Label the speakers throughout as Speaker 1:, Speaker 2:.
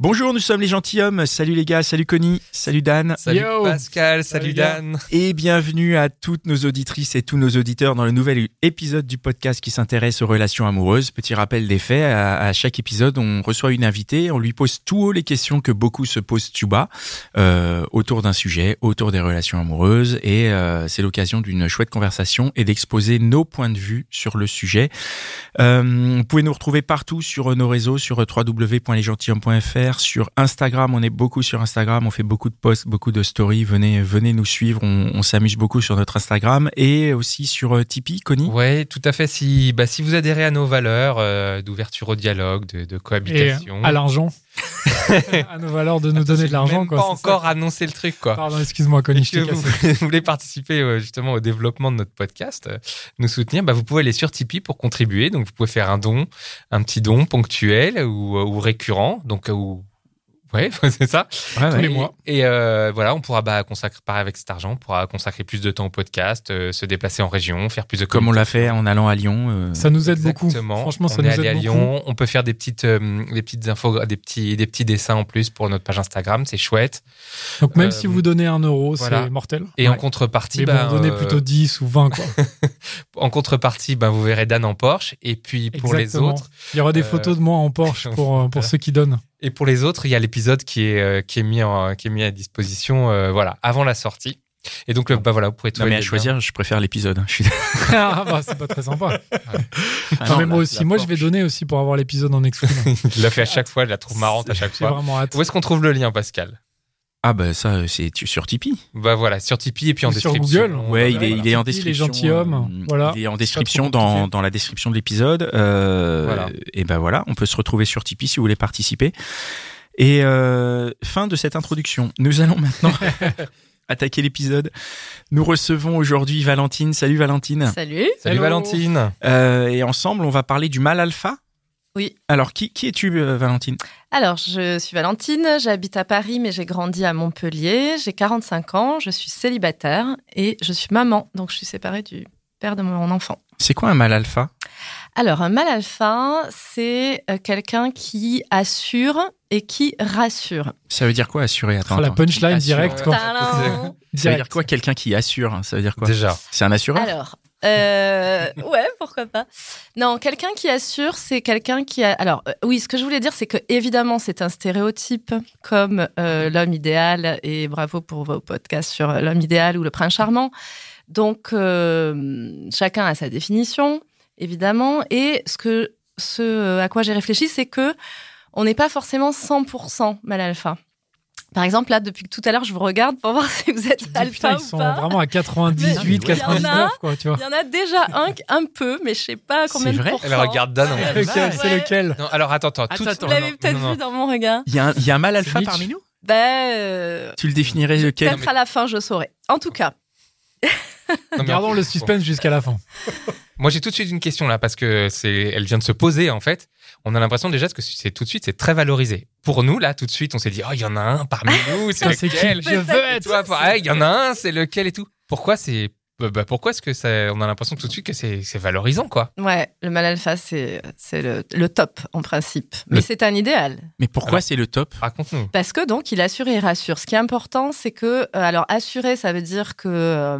Speaker 1: Bonjour, nous sommes les gentilshommes. Salut les gars, salut Connie, salut Dan.
Speaker 2: Salut
Speaker 3: Yo.
Speaker 2: Pascal,
Speaker 3: Salut,
Speaker 2: salut,
Speaker 3: gars.
Speaker 2: Dan.
Speaker 1: Et bienvenue à toutes nos auditrices et tous nos auditeurs dans le nouvel épisode du podcast qui s'intéresse aux relations amoureuses. Petit rappel des faits, à, à chaque épisode, on reçoit une invitée, on lui pose tout haut les questions que beaucoup se posent tout bas euh, autour d'un sujet, autour des relations amoureuses. Et euh, c'est l'occasion d'une chouette conversation et d'exposer nos points de vue sur le sujet. Euh, vous pouvez nous retrouver partout sur euh, nos réseaux, sur www.lesgentilhommes.fr, sur Instagram. On est beaucoup sur Instagram, on fait beaucoup de posts, beaucoup de stories. Venez, euh, venez nous suivre, on, on s'amuse beaucoup sur notre Instagram et aussi sur euh, Tipeee, Connie.
Speaker 2: Oui, tout à fait. Si, bah, si vous adhérez à nos valeurs euh, d'ouverture au dialogue, de, de
Speaker 3: Et euh,
Speaker 2: cohabitation.
Speaker 3: à l'argent. à nos valeurs de nous donner de l'argent.
Speaker 2: Même
Speaker 3: quoi,
Speaker 2: pas
Speaker 3: c'est ça.
Speaker 2: encore annoncé le truc, quoi.
Speaker 3: Pardon, excuse-moi, Connie,
Speaker 2: Et
Speaker 3: je t'ai
Speaker 2: que vous,
Speaker 3: cassé.
Speaker 2: vous voulez participer euh, justement au développement de notre podcast, euh, nous soutenir, bah, vous pouvez aller sur Tipeee pour contribuer. Donc, vous pouvez faire un don, un petit don ponctuel ou, euh, ou récurrent. Donc, euh, ou... ouais, c'est ça.
Speaker 1: Ouais, ouais.
Speaker 2: Et- Et euh, voilà, on pourra bah, consacrer, pareil, avec cet argent, on pourra consacrer plus de temps au podcast, euh, se déplacer en région, faire plus de
Speaker 1: Comme on l'a fait en allant à Lyon. euh,
Speaker 3: Ça nous aide
Speaker 2: Exactement.
Speaker 3: beaucoup. Franchement,
Speaker 2: on
Speaker 3: ça
Speaker 2: est
Speaker 3: nous
Speaker 2: allé
Speaker 3: aide
Speaker 2: à
Speaker 3: beaucoup.
Speaker 2: Lyon. On peut faire des petites, euh, des petites infos, des petits, des petits dessins en plus pour notre page Instagram. C'est chouette.
Speaker 3: Donc, même
Speaker 2: Euh,
Speaker 3: si vous donnez un euro,
Speaker 2: voilà.
Speaker 3: c'est mortel.
Speaker 2: Et en
Speaker 3: Ouais.
Speaker 2: contrepartie,
Speaker 3: Mais
Speaker 2: ben,
Speaker 3: bon, donnez
Speaker 2: euh,
Speaker 3: plutôt 10 ou 20, quoi.
Speaker 2: en contrepartie, ben, vous verrez Dan en Porsche. Et puis pour les
Speaker 3: Exactement.
Speaker 2: autres,
Speaker 3: Il y aura des
Speaker 2: euh,
Speaker 3: photos de moi en Porsche pour, euh, pour
Speaker 2: Voilà.
Speaker 3: ceux qui donnent.
Speaker 2: et pour les autres, il y a l'épisode qui est, euh, qui est mis en, qui est mis à disposition, euh, voilà, avant la sortie. Et donc, le- bah voilà, vous pouvez
Speaker 1: Non
Speaker 2: trouver
Speaker 1: mais à
Speaker 2: les
Speaker 1: choisir, je préfère l'épisode. Je suis...
Speaker 3: ah, bah, c'est pas très sympa.
Speaker 1: Ah
Speaker 3: Non,
Speaker 1: non,
Speaker 3: mais moi
Speaker 1: la-
Speaker 3: aussi,
Speaker 1: la
Speaker 3: moi, je vais
Speaker 1: Porsche.
Speaker 3: donner aussi pour avoir l'épisode en exclu.
Speaker 2: liens. Il l'a fait à chaque fois. Je la trouve marrante à chaque
Speaker 3: J'ai
Speaker 2: fois.
Speaker 3: vraiment hâte.
Speaker 2: Où est-ce qu'on trouve le lien, Pascal
Speaker 1: Ah bah ça, euh, c'est tu- sur Tipeee.
Speaker 2: Bah voilà, sur Tipeee et puis en
Speaker 3: Ou sur
Speaker 2: description.
Speaker 3: Google.
Speaker 1: Ouais, il, est,
Speaker 3: voilà.
Speaker 1: il est en
Speaker 3: Tipeee,
Speaker 1: description. euh,
Speaker 3: les gentilshommes, voilà.
Speaker 1: Il est en
Speaker 3: C'est pas
Speaker 1: description
Speaker 3: trop
Speaker 1: dans,
Speaker 3: compliqué.
Speaker 1: dans la description de l'épisode. Euh,
Speaker 2: Voilà.
Speaker 1: Et ben voilà, on peut se retrouver sur Tipeee si vous voulez participer. Et euh, fin de cette introduction. Nous allons maintenant attaquer l'épisode. Nous recevons aujourd'hui Valentine. Salut Valentine.
Speaker 4: Salut.
Speaker 2: Salut
Speaker 3: Hello.
Speaker 2: Valentine.
Speaker 1: Euh, et ensemble, on va parler du mal alpha.
Speaker 4: Oui.
Speaker 1: Alors, qui, qui es-tu, euh, Valentine
Speaker 4: Alors, je suis Valentine, j'habite à Paris, mais j'ai grandi à Montpellier. J'ai 45 ans, je suis célibataire et je suis maman, donc je suis séparée du père de mon enfant.
Speaker 1: C'est quoi un mal alpha
Speaker 4: Alors, un mal alpha, c'est euh, quelqu'un qui assure et qui rassure.
Speaker 1: Ça veut dire quoi assurer Attends,
Speaker 3: Ah, la
Speaker 1: attends.
Speaker 3: punchline
Speaker 1: Assure-
Speaker 3: direct, quoi.
Speaker 4: Tadam
Speaker 1: Ça veut dire
Speaker 3: Direct.
Speaker 1: quoi quelqu'un qui assure hein Ça veut dire quoi
Speaker 2: Déjà.
Speaker 1: C'est un assureur
Speaker 4: Alors, euh, ouais, pourquoi pas. Non, quelqu'un qui assure, c'est quelqu'un qui a. Alors, euh, oui, ce que je voulais dire, c'est que évidemment, c'est un stéréotype comme euh, l'homme idéal, et bravo pour vos podcasts sur euh, l'homme idéal ou le prince charmant. Donc, euh, chacun a sa définition, évidemment. Et ce, que, ce euh, à quoi j'ai réfléchi, c'est que on n'est pas forcément 100% mal alpha. Par exemple, là, depuis tout à l'heure, je vous regarde pour voir si vous êtes
Speaker 3: Tu te dis,
Speaker 4: alpha
Speaker 3: putain,
Speaker 4: ou
Speaker 3: ils sont
Speaker 4: pas.
Speaker 3: vraiment à 98,
Speaker 1: Mais il y en a.
Speaker 3: 99, quoi, tu vois.
Speaker 4: Il y en a déjà un, un peu, mais je sais pas
Speaker 1: C'est
Speaker 4: combien de
Speaker 1: vrai
Speaker 4: pourcents.
Speaker 2: Oh, Elle regarde Dan.
Speaker 4: Ouais.
Speaker 2: en-
Speaker 3: Lequel, c'est
Speaker 4: Ouais.
Speaker 3: lequel
Speaker 2: Non, alors attends, attends.
Speaker 1: Attends,
Speaker 2: tout-
Speaker 1: attends,
Speaker 4: Vous
Speaker 1: non,
Speaker 4: l'avez peut-être
Speaker 2: non, non.
Speaker 4: vu dans mon regard.
Speaker 1: Il y, a un- il y a un mal alpha
Speaker 3: Mitch.
Speaker 1: parmi nous
Speaker 4: Bah, euh,
Speaker 1: Tu le définirais lequel
Speaker 4: peut-être à la fin, je saurai. En tout cas,
Speaker 2: Non, mais-
Speaker 3: Gardons le
Speaker 2: Bon.
Speaker 3: suspense jusqu'à la fin.
Speaker 2: Moi, j'ai tout de suite une question là parce que c'est, elle vient de se poser en fait. On a l'impression déjà que c'est tout de suite, c'est très valorisé. Pour nous là, tout de suite, on s'est dit, oh, il y en a un parmi nous, c'est
Speaker 3: Putain, c'est
Speaker 2: lequel
Speaker 3: qui Je veux
Speaker 2: Et
Speaker 3: être
Speaker 2: toi, pareil, il y en a un, c'est lequel et tout. Pourquoi c'est, bah, bah, pourquoi est-ce que ça, on a l'impression tout de suite que c'est, c'est valorisant quoi
Speaker 4: ouais, le mal alpha, c'est c'est le, le top en principe. Mais
Speaker 1: Le-
Speaker 4: c'est un idéal.
Speaker 1: Mais pourquoi c'est le top
Speaker 2: Raconte-nous.
Speaker 4: Parce que donc, il assure et il rassure. Ce qui est important, c'est que, euh, alors, assurer, ça veut dire que euh,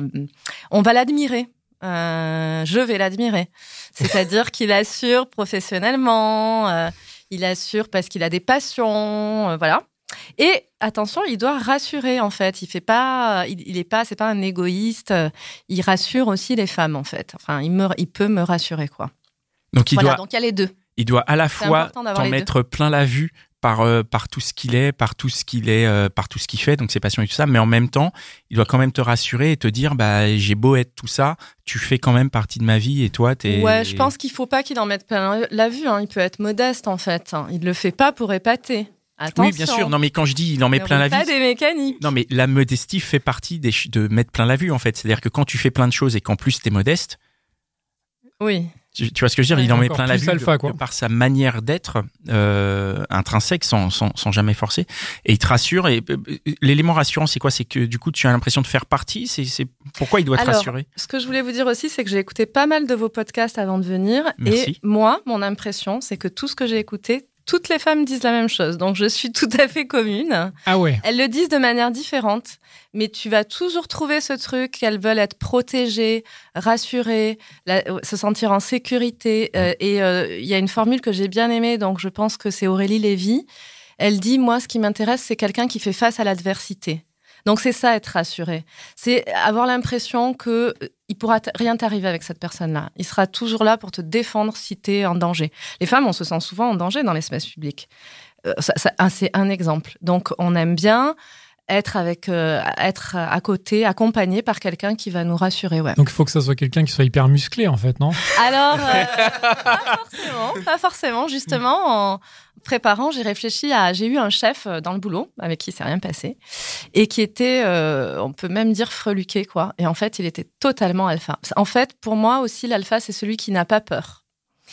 Speaker 4: on va l'admirer. Euh, je vais l'admirer. C'est-à-dire qu'il assure professionnellement, euh, il assure parce qu'il a des passions, euh, voilà. Et attention, il doit rassurer en fait. Il fait pas, euh, il, il est pas, c'est pas un égoïste. Euh, Il rassure aussi les femmes en fait. Enfin, il me, il peut me rassurer quoi.
Speaker 1: Donc il
Speaker 4: voilà,
Speaker 1: doit,
Speaker 4: donc il y a les deux.
Speaker 1: il doit à la fois
Speaker 4: important d'avoir
Speaker 1: t'en
Speaker 4: les deux.
Speaker 1: mettre plein la vue par, euh, par tout ce qu'il est, par tout ce qu'il est, euh, par tout ce qu'il fait, donc c'est passionnant et tout ça, mais en même temps, il doit quand même te rassurer et te dire, bah, j'ai beau être tout ça, tu fais quand même partie de ma vie et toi, t'es.
Speaker 4: Ouais, je pense qu'il faut pas qu'il en mette plein la vue. hein. Il peut être modeste en fait. hein. Il le fait pas pour épater. Attention.
Speaker 1: Oui, bien sûr. Non, mais quand je dis, il en met
Speaker 4: Ne
Speaker 1: plein la
Speaker 4: roule
Speaker 1: vie.
Speaker 4: Pas des mécaniques.
Speaker 1: Non, mais la modestie fait partie des ch- de mettre plein la vue, en fait. C'est-à-dire que quand tu fais plein de choses et qu'en plus t'es modeste,
Speaker 4: Oui.
Speaker 1: tu, tu vois ce que je veux dire, il en
Speaker 3: Ouais,
Speaker 1: met
Speaker 3: encore
Speaker 1: plein la
Speaker 3: plus
Speaker 1: vue
Speaker 3: alpha,
Speaker 1: de-
Speaker 3: quoi.
Speaker 1: de par sa manière d'être euh, intrinsèque, sans, sans, sans jamais forcer. Et il te rassure. Et euh, euh, l'élément rassurant, c'est quoi C'est que du coup, tu as l'impression de faire partie. C'est c'est- pourquoi il doit te
Speaker 4: Alors,
Speaker 1: rassurer
Speaker 4: Ce que je voulais vous dire aussi, c'est que j'ai écouté pas mal de vos podcasts avant de venir.
Speaker 1: Merci.
Speaker 4: Et moi, mon impression, c'est que tout ce que j'ai écouté, toutes les femmes disent la même chose. Donc je suis tout à fait commune.
Speaker 3: Ah ouais.
Speaker 4: Elles le disent de manière différente, mais tu vas toujours trouver ce truc qu'elles veulent être protégées, rassurées, la- euh, se sentir en sécurité. Euh, et euh, il y a une formule que j'ai bien aimée, donc je pense que c'est Aurélie Lévy. Elle dit, moi, ce qui m'intéresse, c'est quelqu'un qui fait face à l'adversité. Donc c'est ça, être rassuré. C'est avoir l'impression que euh, il pourra t- rien t'arriver avec cette personne-là. Il sera toujours là pour te défendre si tu es en danger. Les femmes, on se sent souvent en danger dans l'espace public. Euh, ça- ça- un- c'est un exemple. Donc, on aime bien être avec, euh, être à côté, accompagné par quelqu'un qui va nous rassurer. Ouais.
Speaker 3: Donc il faut que ça soit quelqu'un qui soit hyper musclé en fait, non
Speaker 4: Alors, euh, pas forcément, pas forcément. Justement, en préparant, j'ai réfléchi à. J'ai eu un chef euh, dans le boulot avec qui s'est rien passé et qui était, euh, on peut même dire freluqué quoi. Et en fait, il était totalement alpha. En fait, pour moi aussi, l'alpha, c'est celui qui n'a pas peur.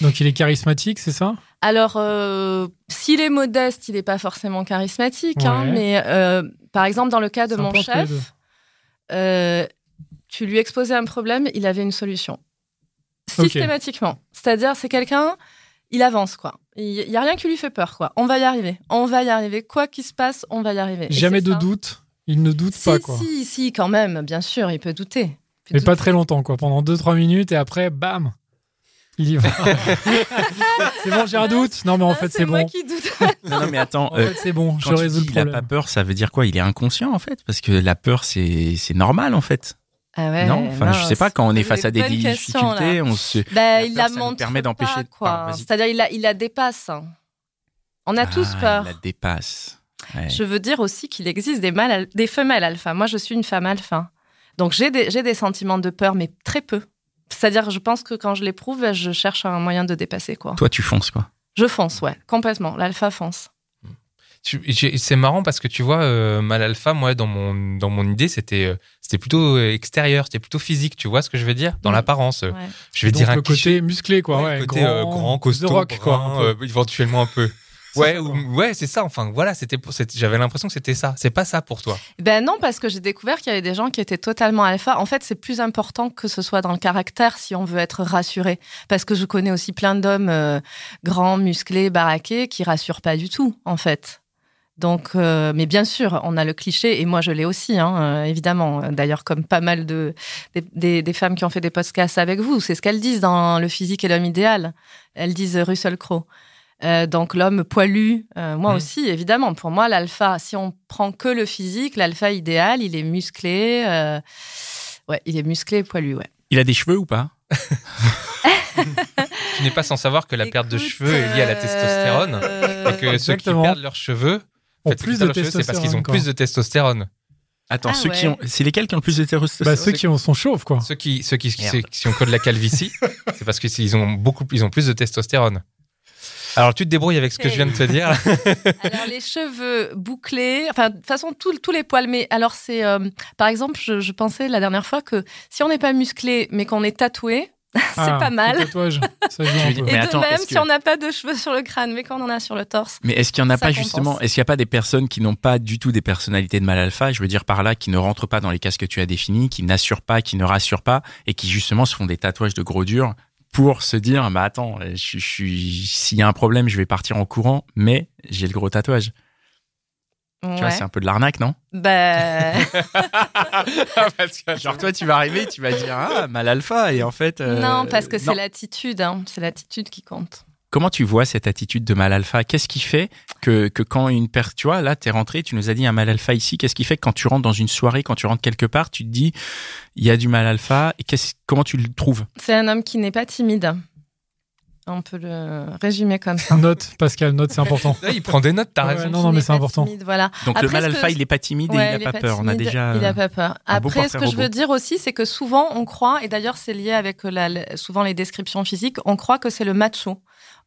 Speaker 3: Donc il est charismatique, c'est ça
Speaker 4: Alors, euh, s'il est modeste, il n'est pas forcément charismatique, hein,
Speaker 3: Ouais.
Speaker 4: mais euh, par exemple, dans le cas de
Speaker 3: C'est un
Speaker 4: mon
Speaker 3: peu entre les
Speaker 4: chef,
Speaker 3: deux.
Speaker 4: euh, tu lui exposais un problème, il avait une solution.
Speaker 3: Ok.
Speaker 4: Systématiquement. C'est-à-dire, c'est quelqu'un, il avance, quoi. Il n'y a rien qui lui fait peur, quoi. On va y arriver. On va y arriver. Quoi qu'il se passe, on va y arriver. Et
Speaker 3: Jamais
Speaker 4: c'est
Speaker 3: de
Speaker 4: ça.
Speaker 3: doute. Il ne doute
Speaker 4: Si,
Speaker 3: pas quoi.
Speaker 4: si, si, quand même, bien sûr, il peut douter. Il peut
Speaker 3: Mais
Speaker 4: douter.
Speaker 3: pas très longtemps, quoi. Pendant 2-3 minutes et après, bam, il y va. c'est bon, j'ai un doute. Non, mais en
Speaker 4: Ah,
Speaker 3: fait, c'est
Speaker 4: moi
Speaker 3: bon.
Speaker 4: qui doute.
Speaker 1: Non, non, mais attends.
Speaker 3: En
Speaker 1: euh,
Speaker 3: fait, c'est bon, je
Speaker 1: quand tu
Speaker 3: résous
Speaker 1: dis
Speaker 3: le
Speaker 1: il a
Speaker 3: problème.
Speaker 1: pas peur, ça veut dire quoi Il est inconscient en fait, parce que la peur c'est c'est normal en fait.
Speaker 4: Ah ouais,
Speaker 1: non, enfin je sais pas quand on est
Speaker 4: c'est
Speaker 1: face à des
Speaker 4: bonnes questions, là.
Speaker 1: difficultés, on se La
Speaker 4: Bah, il
Speaker 1: peur,
Speaker 4: la
Speaker 1: ça nous
Speaker 4: montre
Speaker 1: permet d'empêcher-
Speaker 4: pas,
Speaker 1: Pardon,
Speaker 4: quoi.
Speaker 1: vas-y.
Speaker 4: C'est-à-dire, il la, il la dépasse. hein. On a tous
Speaker 1: Ah,
Speaker 4: peur.
Speaker 1: Il la dépasse. Ouais.
Speaker 4: Je veux dire aussi qu'il existe des, mâles al- des femelles alpha. Moi, je suis une femme alpha. Donc, j'ai des, j'ai des sentiments de peur, mais très peu. C'est-à-dire, je pense que quand je l'éprouve, je cherche un moyen de dépasser, quoi.
Speaker 1: Toi, tu fonces quoi.
Speaker 4: Je fonce, ouais, complètement. L'alpha fonce.
Speaker 2: Tu- j'ai- C'est marrant parce que tu vois, euh, mal alpha, moi, dans mon, dans mon idée, c'était euh, c'était plutôt euh, extérieur, c'était plutôt physique, tu vois ce que je veux dire Dans
Speaker 4: Mm.
Speaker 2: l'apparence, euh,
Speaker 4: Ouais.
Speaker 2: je vais
Speaker 3: Donc,
Speaker 2: dire un
Speaker 3: le
Speaker 2: cliché,
Speaker 3: côté musclé, quoi.
Speaker 2: ouais,
Speaker 3: Ouais,
Speaker 2: le côté euh, grand, costaud,
Speaker 3: The rock, quoi.
Speaker 2: brun,
Speaker 3: un peu.
Speaker 2: euh, éventuellement un peu.
Speaker 3: C'est
Speaker 2: Ouais,
Speaker 3: ça,
Speaker 2: ou-
Speaker 3: quoi.
Speaker 2: ouais, c'est ça. Enfin, voilà, c'était pour- c'était- j'avais l'impression que c'était ça. C'est pas ça pour toi.
Speaker 4: Ben non, parce que j'ai découvert qu'il y avait des gens qui étaient totalement alpha. En fait, c'est plus important que ce soit dans le caractère si on veut être rassuré. Parce que je connais aussi plein d'hommes euh, grands, musclés, baraqués, qui rassurent pas du tout, en fait. Donc, euh, mais bien sûr, on a le cliché, et moi je l'ai aussi, hein, euh, évidemment. D'ailleurs, comme pas mal de des, des- des femmes qui ont fait des podcasts avec vous, c'est ce qu'elles disent dans Le physique et l'homme idéal. Elles disent Russell Crowe. Euh, donc l'homme poilu, euh, moi
Speaker 2: Mhm.
Speaker 4: aussi, évidemment. Pour moi, l'alpha, si on prend que le physique, l'alpha idéal, il est musclé. euh, Ouais, il est musclé et poilu, ouais.
Speaker 1: Il a des cheveux ou pas
Speaker 2: Tu n'es pas sans savoir que la perte de
Speaker 4: Écoute,
Speaker 2: cheveux est liée à la
Speaker 4: euh,
Speaker 2: testostérone. Et que ceux qui
Speaker 3: Exactement.
Speaker 2: perdent leurs cheveux, en
Speaker 3: Ont
Speaker 2: fait, ceux qui
Speaker 3: plus de
Speaker 2: perdent leurs cheveux, c'est parce qu'ils ont
Speaker 3: testostérone, quoi.
Speaker 2: plus de testostérone.
Speaker 1: Attends,
Speaker 4: Ah
Speaker 1: ceux
Speaker 4: ouais.
Speaker 1: qui ont, c'est lesquels qui ont le plus de
Speaker 3: Bah,
Speaker 1: testostérone
Speaker 3: ceux qui ont sont chauves, quoi.
Speaker 2: Ceux qui, ceux qui,
Speaker 1: Merde.
Speaker 2: ceux qui ont que de la calvitie, c'est parce qu'ils ont beaucoup, ils ont plus de testostérone. Alors tu te débrouilles avec ce que je viens de te dire.
Speaker 4: Alors les cheveux bouclés, enfin de toute façon tout- tous les poils. Mais alors c'est, euh, par exemple, je, je pensais la dernière fois que si on n'est pas musclé mais qu'on est tatoué, c'est
Speaker 3: Ah,
Speaker 4: pas
Speaker 3: le
Speaker 4: mal.
Speaker 3: tatouage, ça joue
Speaker 1: veux
Speaker 3: un peu.
Speaker 1: dire-
Speaker 4: Et
Speaker 1: Mais
Speaker 4: de
Speaker 1: attends,
Speaker 4: même
Speaker 1: est-ce
Speaker 4: si
Speaker 1: que-
Speaker 4: on n'a pas de cheveux sur le crâne mais qu'on en a sur le torse.
Speaker 1: Mais est-ce qu'il n'y en a
Speaker 4: Ça
Speaker 1: pas
Speaker 4: compense.
Speaker 1: justement Est-ce qu'il n'y a pas des personnes qui n'ont pas du tout des personnalités de mal alpha Je veux dire par là, qui ne rentrent pas dans les cases que tu as définies, qui n'assurent pas, qui ne rassurent pas, et qui justement se font des tatouages de gros dur pour se dire, bah attends, je, je suis, s'il y a un problème, je vais partir en courant, mais j'ai le gros tatouage. Tu vois,
Speaker 4: Ouais.
Speaker 1: c'est un peu de l'arnaque, non
Speaker 4: Bah,
Speaker 2: Parce que-
Speaker 1: Genre toi, tu vas arriver, tu vas dire, ah, mal alpha, et en fait. euh,
Speaker 4: non parce que c'est
Speaker 1: non.
Speaker 4: l'attitude, hein. c'est l'attitude qui compte.
Speaker 1: Comment tu vois cette attitude de mal alpha Qu'est-ce qui fait que, que quand une personne, tu vois, là, t'es rentré, tu nous as dit un mal alpha ici. Qu'est-ce qui fait que quand tu rentres dans une soirée, quand tu rentres quelque part, tu te dis, il y a du mal alpha et qu'est-ce, comment tu le trouves
Speaker 4: C'est un homme qui n'est pas timide. On peut le résumer comme ça.
Speaker 3: Note, Pascal, note, c'est important.
Speaker 2: Là, il prend des notes, t'as
Speaker 3: Ouais,
Speaker 2: raison.
Speaker 3: non, non,
Speaker 4: Il
Speaker 3: mais
Speaker 4: est
Speaker 3: c'est
Speaker 4: pas
Speaker 3: important.
Speaker 4: timide, voilà.
Speaker 1: Donc le
Speaker 4: Après,
Speaker 1: mal
Speaker 4: ce que
Speaker 1: alpha,
Speaker 4: je-
Speaker 1: il est pas timide
Speaker 4: Ouais,
Speaker 1: et il n'a
Speaker 4: est
Speaker 1: pas, peur. On a
Speaker 4: timide,
Speaker 1: déjà.
Speaker 4: Il
Speaker 1: euh,
Speaker 4: a pas peur.
Speaker 1: un beau
Speaker 4: Après, ce
Speaker 1: portrait
Speaker 4: que je
Speaker 1: robot.
Speaker 4: veux dire aussi, c'est que souvent, on croit, et d'ailleurs, c'est lié avec la- la- souvent les descriptions physiques, on croit que c'est le macho.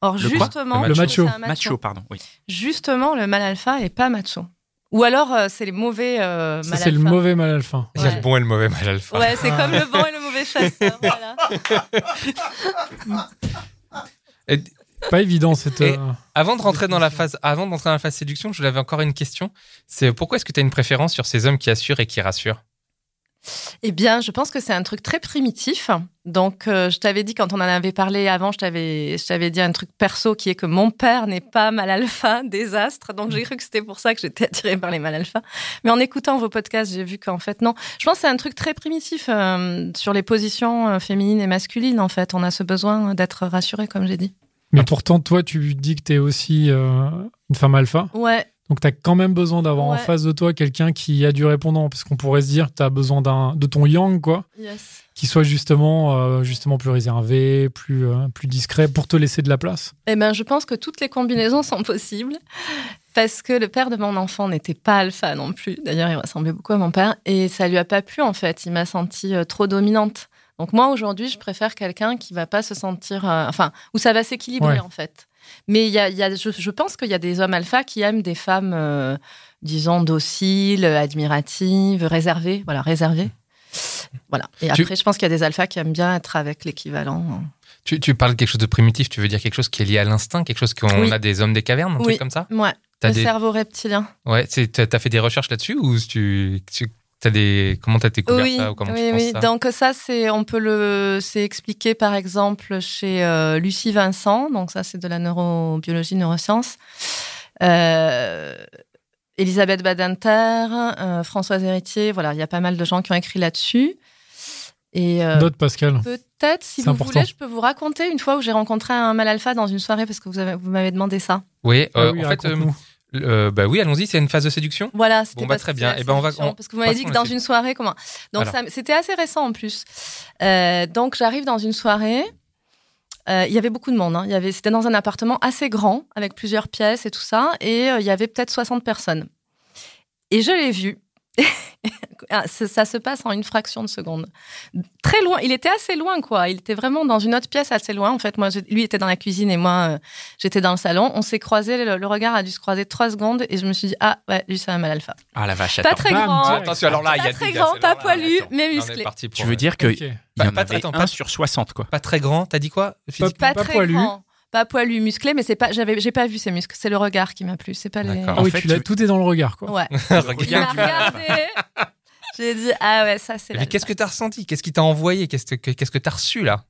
Speaker 4: Or,
Speaker 1: Le quoi
Speaker 4: justement,
Speaker 2: Le
Speaker 3: macho.
Speaker 4: c'est un
Speaker 1: Macho, pardon. Oui.
Speaker 4: Justement, le mal alpha est pas macho. Ou alors, euh, c'est les mauvais euh,
Speaker 3: Ça,
Speaker 4: mal
Speaker 3: c'est le
Speaker 4: alpha.
Speaker 3: mauvais mal alpha.
Speaker 2: Il y a
Speaker 4: Ouais.
Speaker 2: le bon et le mauvais mal alpha.
Speaker 4: Ouais, c'est
Speaker 3: Ah.
Speaker 4: comme le bon et le mauvais chasseur. voilà.
Speaker 2: Et
Speaker 3: Pas évident, cette.
Speaker 2: Et-
Speaker 3: euh,
Speaker 2: avant de rentrer dans la phase, avant d'entrer dans la phase séduction, je l'avais encore une question. C'est pourquoi est-ce que tu as une préférence sur ces hommes qui assurent et qui rassurent
Speaker 4: Eh bien, je pense que c'est un truc très primitif. Donc, euh, je t'avais dit quand on en avait parlé avant, je t'avais, je t'avais dit un truc perso qui est que mon père n'est pas mal alpha, désastre. Donc, j'ai cru que c'était pour ça que j'étais attirée par les mal alpha. Mais en écoutant vos podcasts, j'ai vu qu'en fait, non. Je pense que c'est un truc très primitif euh, sur les positions euh, féminines et masculines. En fait, on a ce besoin d'être rassuré, comme j'ai dit.
Speaker 3: Mais pourtant, toi, tu dis que t'es aussi euh, une femme alpha.
Speaker 4: Ouais,
Speaker 3: Donc, t'as quand même besoin d'avoir en
Speaker 4: Ouais.
Speaker 3: face de toi quelqu'un qui a du répondant. Parce qu'on pourrait se dire, t'as besoin d'un de ton yang, quoi.
Speaker 4: yes.
Speaker 3: Qui soit justement, euh, justement plus réservé, plus, euh, plus discret, pour te laisser de la place.
Speaker 4: Eh ben, je pense que toutes les combinaisons sont possibles. Parce que le père de mon enfant n'était pas alpha non plus. D'ailleurs, il ressemblait beaucoup à mon père. Et ça lui a pas plu, en fait. Il m'a sentie euh, trop dominante. Donc, moi, aujourd'hui, je préfère quelqu'un qui va pas se sentir. euh, enfin, où ça va s'équilibrer,
Speaker 3: Ouais.
Speaker 4: en fait. Mais il y a, il y a- je, je pense qu'il y a des hommes alpha qui aiment des femmes, euh, disons, dociles, admiratives, réservées. Voilà, réservées. Voilà. Et
Speaker 2: Tu-
Speaker 4: après, je pense qu'il y a des alphas qui aiment bien être avec l'équivalent. euh,
Speaker 2: tu, tu parles de quelque chose de primitif, tu veux dire quelque chose qui est lié à l'instinct, quelque chose qu'on
Speaker 4: Oui.
Speaker 2: a des hommes des cavernes, un
Speaker 4: Oui.
Speaker 2: truc comme ça
Speaker 4: Ouais,
Speaker 2: T'as
Speaker 4: hein. le
Speaker 2: des-
Speaker 4: cerveau reptilien.
Speaker 2: Ouais, c'est- t'as t'as fait des recherches là-dessus ou tu, tu as des comment t'as découvert
Speaker 4: Oui,
Speaker 2: ça euh, ou comment
Speaker 4: oui,
Speaker 2: tu penses
Speaker 4: oui.
Speaker 2: ça
Speaker 4: Donc ça, c'est on peut le, c'est expliqué par exemple chez euh, Lucie Vincent. Donc ça, c'est de la neurobiologie, neurosciences. Euh, Elisabeth Badinter, euh, Françoise Héritier. Voilà, il y a pas mal de gens qui ont écrit là-dessus. Et euh,
Speaker 3: Note, Pascal.
Speaker 4: peut-être,
Speaker 3: C'est
Speaker 4: si vous
Speaker 3: important.
Speaker 4: voulez, je peux vous raconter une fois où j'ai rencontré un mal alpha dans une soirée parce que vous avez, vous m'avez demandé ça.
Speaker 2: Oui,
Speaker 3: Ah
Speaker 2: euh,
Speaker 3: oui,
Speaker 2: en fait, euh,
Speaker 3: raconte-nous.
Speaker 2: euh, bah oui, allons-y, c'est une phase de séduction.
Speaker 4: Voilà, c'était
Speaker 2: Bon, bah,
Speaker 4: parce
Speaker 2: très
Speaker 4: que
Speaker 2: bien.
Speaker 4: c'est la
Speaker 2: Eh ben, on va-
Speaker 4: séduction.
Speaker 2: on-
Speaker 4: parce que vous m'avez dit
Speaker 2: passons
Speaker 4: que
Speaker 2: à la
Speaker 4: dans une soirée, comment Donc
Speaker 2: Voilà.
Speaker 4: ça- c'était assez récent en plus. Euh, donc j'arrive dans une soirée. euh, Il y avait beaucoup de monde. hein. Il y avait, c'était dans un appartement assez grand avec plusieurs pièces et tout ça, et euh, il y avait peut-être 60 personnes. Et je l'ai vu. Ah, ça, ça se passe en une fraction de seconde. Très loin. Il était assez loin, quoi. Il était vraiment dans une autre pièce assez loin. En fait, moi, je- lui était dans la cuisine et moi, euh, j'étais dans le salon. On s'est croisés. Le, le regard a dû se croiser trois secondes et je me suis dit, ah ouais, lui, c'est un mal alpha.
Speaker 1: Ah la vache.
Speaker 4: Pas
Speaker 1: attends.
Speaker 4: très
Speaker 3: Bam,
Speaker 4: grand.
Speaker 3: direct.
Speaker 2: Attention, alors là, il y a
Speaker 4: Oh, Pas très
Speaker 2: des-
Speaker 4: grand,
Speaker 2: c'est- alors
Speaker 4: pas
Speaker 2: là, là,
Speaker 4: poilu,
Speaker 2: attends,
Speaker 4: mais
Speaker 2: là, on est
Speaker 4: musclé.
Speaker 2: parti pour-
Speaker 1: Tu veux dire que
Speaker 3: Ok.
Speaker 1: il y en
Speaker 2: Pas-
Speaker 1: avait
Speaker 2: attends,
Speaker 1: un
Speaker 2: pas-
Speaker 1: sur 60 quoi.
Speaker 2: pas très grand T'as dit quoi physique
Speaker 4: pas,
Speaker 3: Pas
Speaker 4: très
Speaker 3: poilu.
Speaker 4: grand, pas poilu, musclé, mais c'est pas, j'avais, j'ai pas vu ses muscles. C'est le regard qui m'a plu. C'est pas les.
Speaker 2: D'accord.
Speaker 3: Ah
Speaker 1: en
Speaker 3: oui,
Speaker 1: fait,
Speaker 3: tu l'as-
Speaker 1: tu-
Speaker 3: tout est dans le regard, quoi.
Speaker 4: Ouais.
Speaker 1: Il
Speaker 4: Il m'a regardé. J'ai dit ah ouais ça c'est.
Speaker 2: Mais
Speaker 4: l'alpha.
Speaker 2: qu'est-ce que t'as ressenti Qu'est-ce qui t'a envoyé Qu'est-ce que qu'est-ce que t'as reçu là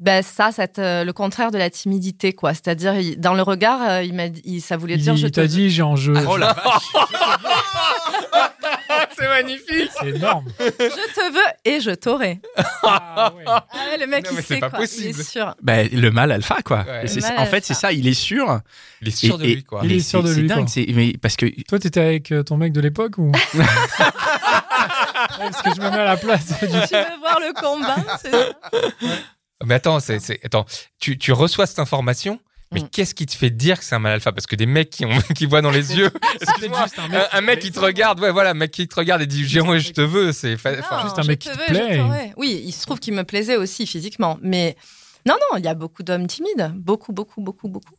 Speaker 4: Ben ça c'est euh, le contraire de la timidité quoi. C'est-à-dire il- dans le regard euh, il m'a dit- il- ça voulait
Speaker 3: Il,
Speaker 4: dire je
Speaker 3: il
Speaker 4: te.
Speaker 3: t'a dit, j'ai un jeu.
Speaker 2: Oh la vache C'est magnifique
Speaker 3: C'est énorme.
Speaker 4: Je te veux et je t'aurai.
Speaker 3: Ah ouais.
Speaker 4: Ah ouais, le mec
Speaker 2: Non,
Speaker 4: il
Speaker 2: mais c'est
Speaker 4: sait
Speaker 2: pas
Speaker 4: quoi. Il
Speaker 2: possible.
Speaker 4: est sûr.
Speaker 1: Ben, le mal alpha quoi.
Speaker 2: Ouais.
Speaker 1: Et c'est
Speaker 4: Le
Speaker 1: ça-
Speaker 4: mal
Speaker 1: en fait
Speaker 4: alpha.
Speaker 1: c'est ça, il est sûr.
Speaker 2: Il est sûr de
Speaker 1: Et-
Speaker 2: lui quoi.
Speaker 3: Il
Speaker 1: mais
Speaker 3: est sûr
Speaker 1: c'est-
Speaker 3: de lui,
Speaker 1: C'est dingue,
Speaker 3: quoi.
Speaker 1: c'est mais parce que
Speaker 3: Toi, t'étais avec euh, ton mec de l'époque ou Ouais, Parce que je me mets à la place. du-
Speaker 4: Tu veux voir le combat c'est ça
Speaker 2: Mais attends, c'est c'est- attends, tu, tu reçois cette information, mais
Speaker 4: Mm.
Speaker 2: qu'est-ce qui te fait dire que c'est un mal alpha Parce que des mecs qui ont qui voient dans les yeux, excuse-moi,
Speaker 3: juste un
Speaker 2: un, un mec qui te regarde, ouais voilà, un mec qui te regarde et dit Géant, je te veux, c'est fa-
Speaker 4: Non,
Speaker 2: enfin,
Speaker 3: juste un
Speaker 4: je
Speaker 3: mec
Speaker 4: te
Speaker 3: qui te
Speaker 4: veux, je
Speaker 3: plaît.
Speaker 4: t'aurai. Oui, il se trouve qu'il me plaisait aussi physiquement, mais non non il y a beaucoup d'hommes timides, beaucoup beaucoup beaucoup beaucoup.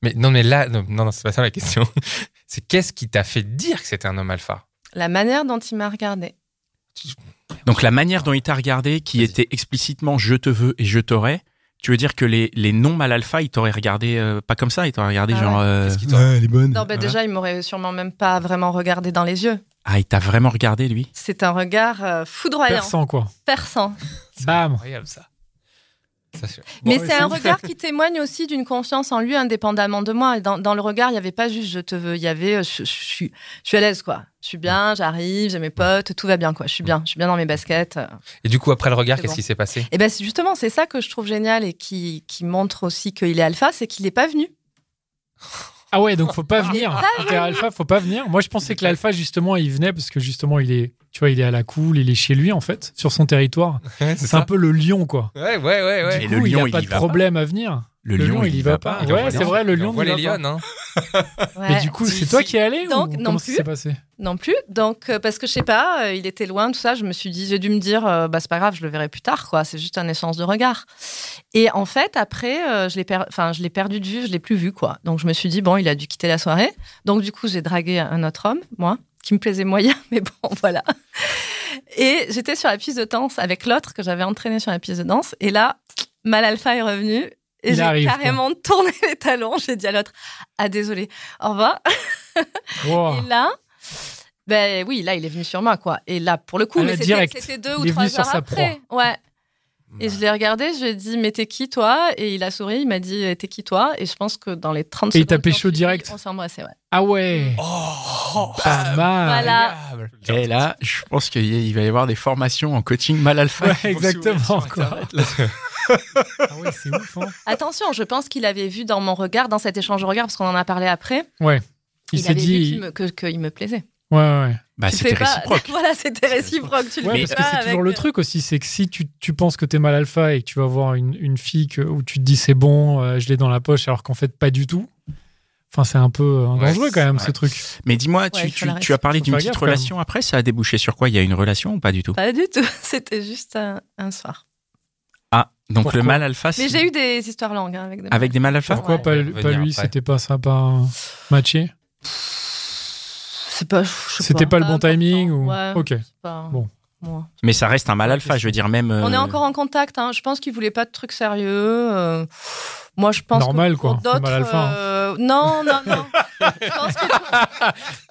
Speaker 2: Mais non, mais là, non, non, non, c'est pas ça la question. c'est qu'est-ce qui t'a fait dire que c'était un homme alpha
Speaker 4: La manière dont il m'a regardé.
Speaker 1: donc la manière dont il t'a regardé qui
Speaker 2: Vas-y.
Speaker 1: était explicitement je te veux et je t'aurai, tu veux dire que les les non mal alpha, ils t'auraient regardé euh, pas comme ça, ils t'auraient regardé
Speaker 4: Ah
Speaker 1: genre euh,
Speaker 2: Qu'est-ce qui t'a-
Speaker 3: elle est bonne.
Speaker 4: Non, ben
Speaker 1: Voilà.
Speaker 4: déjà, il m'aurait sûrement même pas vraiment regardé dans les yeux.
Speaker 1: ah, il t'a vraiment regardé lui.
Speaker 4: C'est un regard euh, foudroyant, perçant.
Speaker 3: Perçant, quoi. Bam.
Speaker 2: incroyable ça. Ça, c'est-
Speaker 4: Mais
Speaker 3: Bon,
Speaker 4: c'est
Speaker 3: et
Speaker 4: un regard qui témoigne aussi d'une confiance en lui indépendamment de moi. Et dans, dans le regard, il n'y avait pas juste je te veux, il y avait euh, je, je- je suis, je suis à l'aise, quoi. Je suis bien, j'arrive, j'ai mes potes, tout va bien, quoi. Je suis bien, je suis bien dans mes baskets. euh.
Speaker 2: Et du coup, après le regard,
Speaker 4: C'est
Speaker 2: qu'est-ce
Speaker 4: bon.
Speaker 2: qui s'est passé
Speaker 4: Et ben c'est- justement, c'est ça que je trouve génial et qui, qui montre aussi qu'il est alpha, c'est qu'il n'est pas venu.
Speaker 3: Ah ouais, donc faut pas venir. Quand T'es alpha, faut pas venir. Moi, je pensais que l'alpha, justement, il venait parce que justement, il est. Tu vois, il est à la cool, il est chez lui en fait, sur son territoire.
Speaker 2: Ouais,
Speaker 3: C'est un peu le lion quoi.
Speaker 2: Ouais, ouais, ouais. ouais.
Speaker 1: Et
Speaker 3: Du
Speaker 1: le
Speaker 3: coup, il
Speaker 1: lion,
Speaker 3: a pas
Speaker 1: il y
Speaker 3: de
Speaker 1: va pas.
Speaker 3: problème à venir. Le lion, il y va pas.
Speaker 2: Il envoie
Speaker 3: Ouais,
Speaker 2: les-
Speaker 3: c'est vrai, le
Speaker 2: il
Speaker 3: lion
Speaker 2: envoie
Speaker 3: n'y
Speaker 2: les
Speaker 3: va pas.
Speaker 2: lionnes, hein.
Speaker 3: Mais
Speaker 4: Ouais.
Speaker 3: du coup,
Speaker 2: Si,
Speaker 3: c'est toi
Speaker 2: si.
Speaker 3: qui es allé ou
Speaker 4: Donc, non
Speaker 3: comment ça
Speaker 4: plus.
Speaker 3: s'est passé
Speaker 4: Non plus. Donc, euh, parce que je sais pas, euh, il était loin, tout ça. Je me suis dit, j'ai dû me dire, euh, bah, c'est pas grave, je le verrai plus tard, quoi. C'est juste un échange de regard. Et en fait, après, euh, je l'ai per- enfin, je l'ai perdu de vue, je l'ai plus vu, quoi. Donc, je me suis dit, bon, il a dû quitter la soirée. Donc, du coup, j'ai dragué un autre homme, moi, qui me plaisait moyen, mais bon, voilà. Et j'étais sur la piste de danse avec l'autre que j'avais entraîné sur la piste de danse. Et là, mal alpha est revenu. Et
Speaker 3: Il
Speaker 4: j'ai
Speaker 3: arrive, quoi.
Speaker 4: carrément tourné les talons. J'ai dit à l'autre, ah, désolé, au revoir.
Speaker 3: Wow.
Speaker 4: Et là, ben oui, là, il est venu sur moi, quoi. Et là, pour le coup,
Speaker 3: Ah,
Speaker 4: mais
Speaker 3: là,
Speaker 4: c'était-
Speaker 3: direct.
Speaker 4: c'était deux ou
Speaker 3: Il est
Speaker 4: trois
Speaker 3: venu sur
Speaker 4: heures
Speaker 3: sa Bah.
Speaker 4: après. Ouais. Et je l'ai regardé, je lui ai dit, mais t'es qui, toi Et il a souri, il m'a dit, eh, t'es qui, toi Et je pense que dans les 30
Speaker 3: Et il
Speaker 4: secondes.
Speaker 3: t'a
Speaker 4: qui ont
Speaker 3: pécho
Speaker 4: suivi,
Speaker 3: direct
Speaker 4: On s'est embrassé, ouais.
Speaker 3: Ah ouais
Speaker 2: Oh,
Speaker 3: Pas mal
Speaker 4: Voilà.
Speaker 1: Et là, je pense qu'il y- il va y avoir des formations en coaching mal alpha.
Speaker 3: Ouais,
Speaker 1: qui vont
Speaker 3: exactement,
Speaker 1: s'ouvrir sur
Speaker 3: quoi.
Speaker 1: Internet, là.
Speaker 3: Ah ouais, c'est ouf, hein
Speaker 4: Attention, je pense qu'il avait vu dans mon regard, dans cet échange de regard, parce qu'on en a parlé après,
Speaker 3: Ouais. Il, s'est
Speaker 4: avait vu
Speaker 3: dit.
Speaker 4: qu'il me, que- qu'il me plaisait.
Speaker 3: Ouais, ouais.
Speaker 1: Bah,
Speaker 4: Tu
Speaker 1: c'était
Speaker 4: fais pas-
Speaker 1: réciproque.
Speaker 4: voilà, c'était réciproque. Tu le
Speaker 3: Ouais, parce
Speaker 4: fais
Speaker 3: que
Speaker 4: pas
Speaker 3: c'est toujours
Speaker 4: avec- euh,
Speaker 3: le truc aussi, c'est que si tu, tu penses que t'es mal alpha et que tu vas voir une, une fille que, où tu te dis c'est bon, euh, je l'ai dans la poche, alors qu'en fait pas du tout. Enfin, c'est un peu euh,
Speaker 2: Ouais,
Speaker 3: dangereux quand même
Speaker 1: ouais.
Speaker 3: ce truc.
Speaker 1: Mais dis-moi,
Speaker 4: Ouais,
Speaker 1: tu,
Speaker 4: il faut
Speaker 1: tu-
Speaker 4: la
Speaker 1: tu as parlé
Speaker 3: Faut
Speaker 1: d'une
Speaker 3: faire
Speaker 1: petite
Speaker 3: gaffe, quand même.
Speaker 1: relation après, ça a débouché sur quoi Il y a une relation ou pas du tout
Speaker 4: Pas du tout. C'était juste un, un soir.
Speaker 1: Ah, donc
Speaker 3: Pourquoi
Speaker 1: le mal alpha,
Speaker 4: Mais
Speaker 1: c'est-
Speaker 4: j'ai eu des histoires longues hein, avec des
Speaker 1: Avec des mal alpha
Speaker 3: Pourquoi
Speaker 4: Ouais.
Speaker 3: pas,
Speaker 2: Ouais,
Speaker 3: lui-
Speaker 2: venir
Speaker 3: pas lui,
Speaker 2: après.
Speaker 3: c'était pas sympa hein. matché
Speaker 4: C'est pas. je sais
Speaker 3: C'était pas le bon
Speaker 4: important.
Speaker 3: timing ou...
Speaker 4: Ouais,
Speaker 3: Ok.
Speaker 4: c'est pas-
Speaker 3: Bon.
Speaker 4: Moi.
Speaker 1: Mais ça reste un mal alpha, je veux dire, même.
Speaker 4: On est
Speaker 1: euh,
Speaker 4: encore en contact. hein. Je pense qu'il voulait pas de trucs sérieux. euh, Moi, je pense
Speaker 3: Normal,
Speaker 4: que pour
Speaker 3: quoi.
Speaker 4: d'autres,
Speaker 3: Normal alpha, hein.
Speaker 4: euh, Non, non, non. je pense que pour-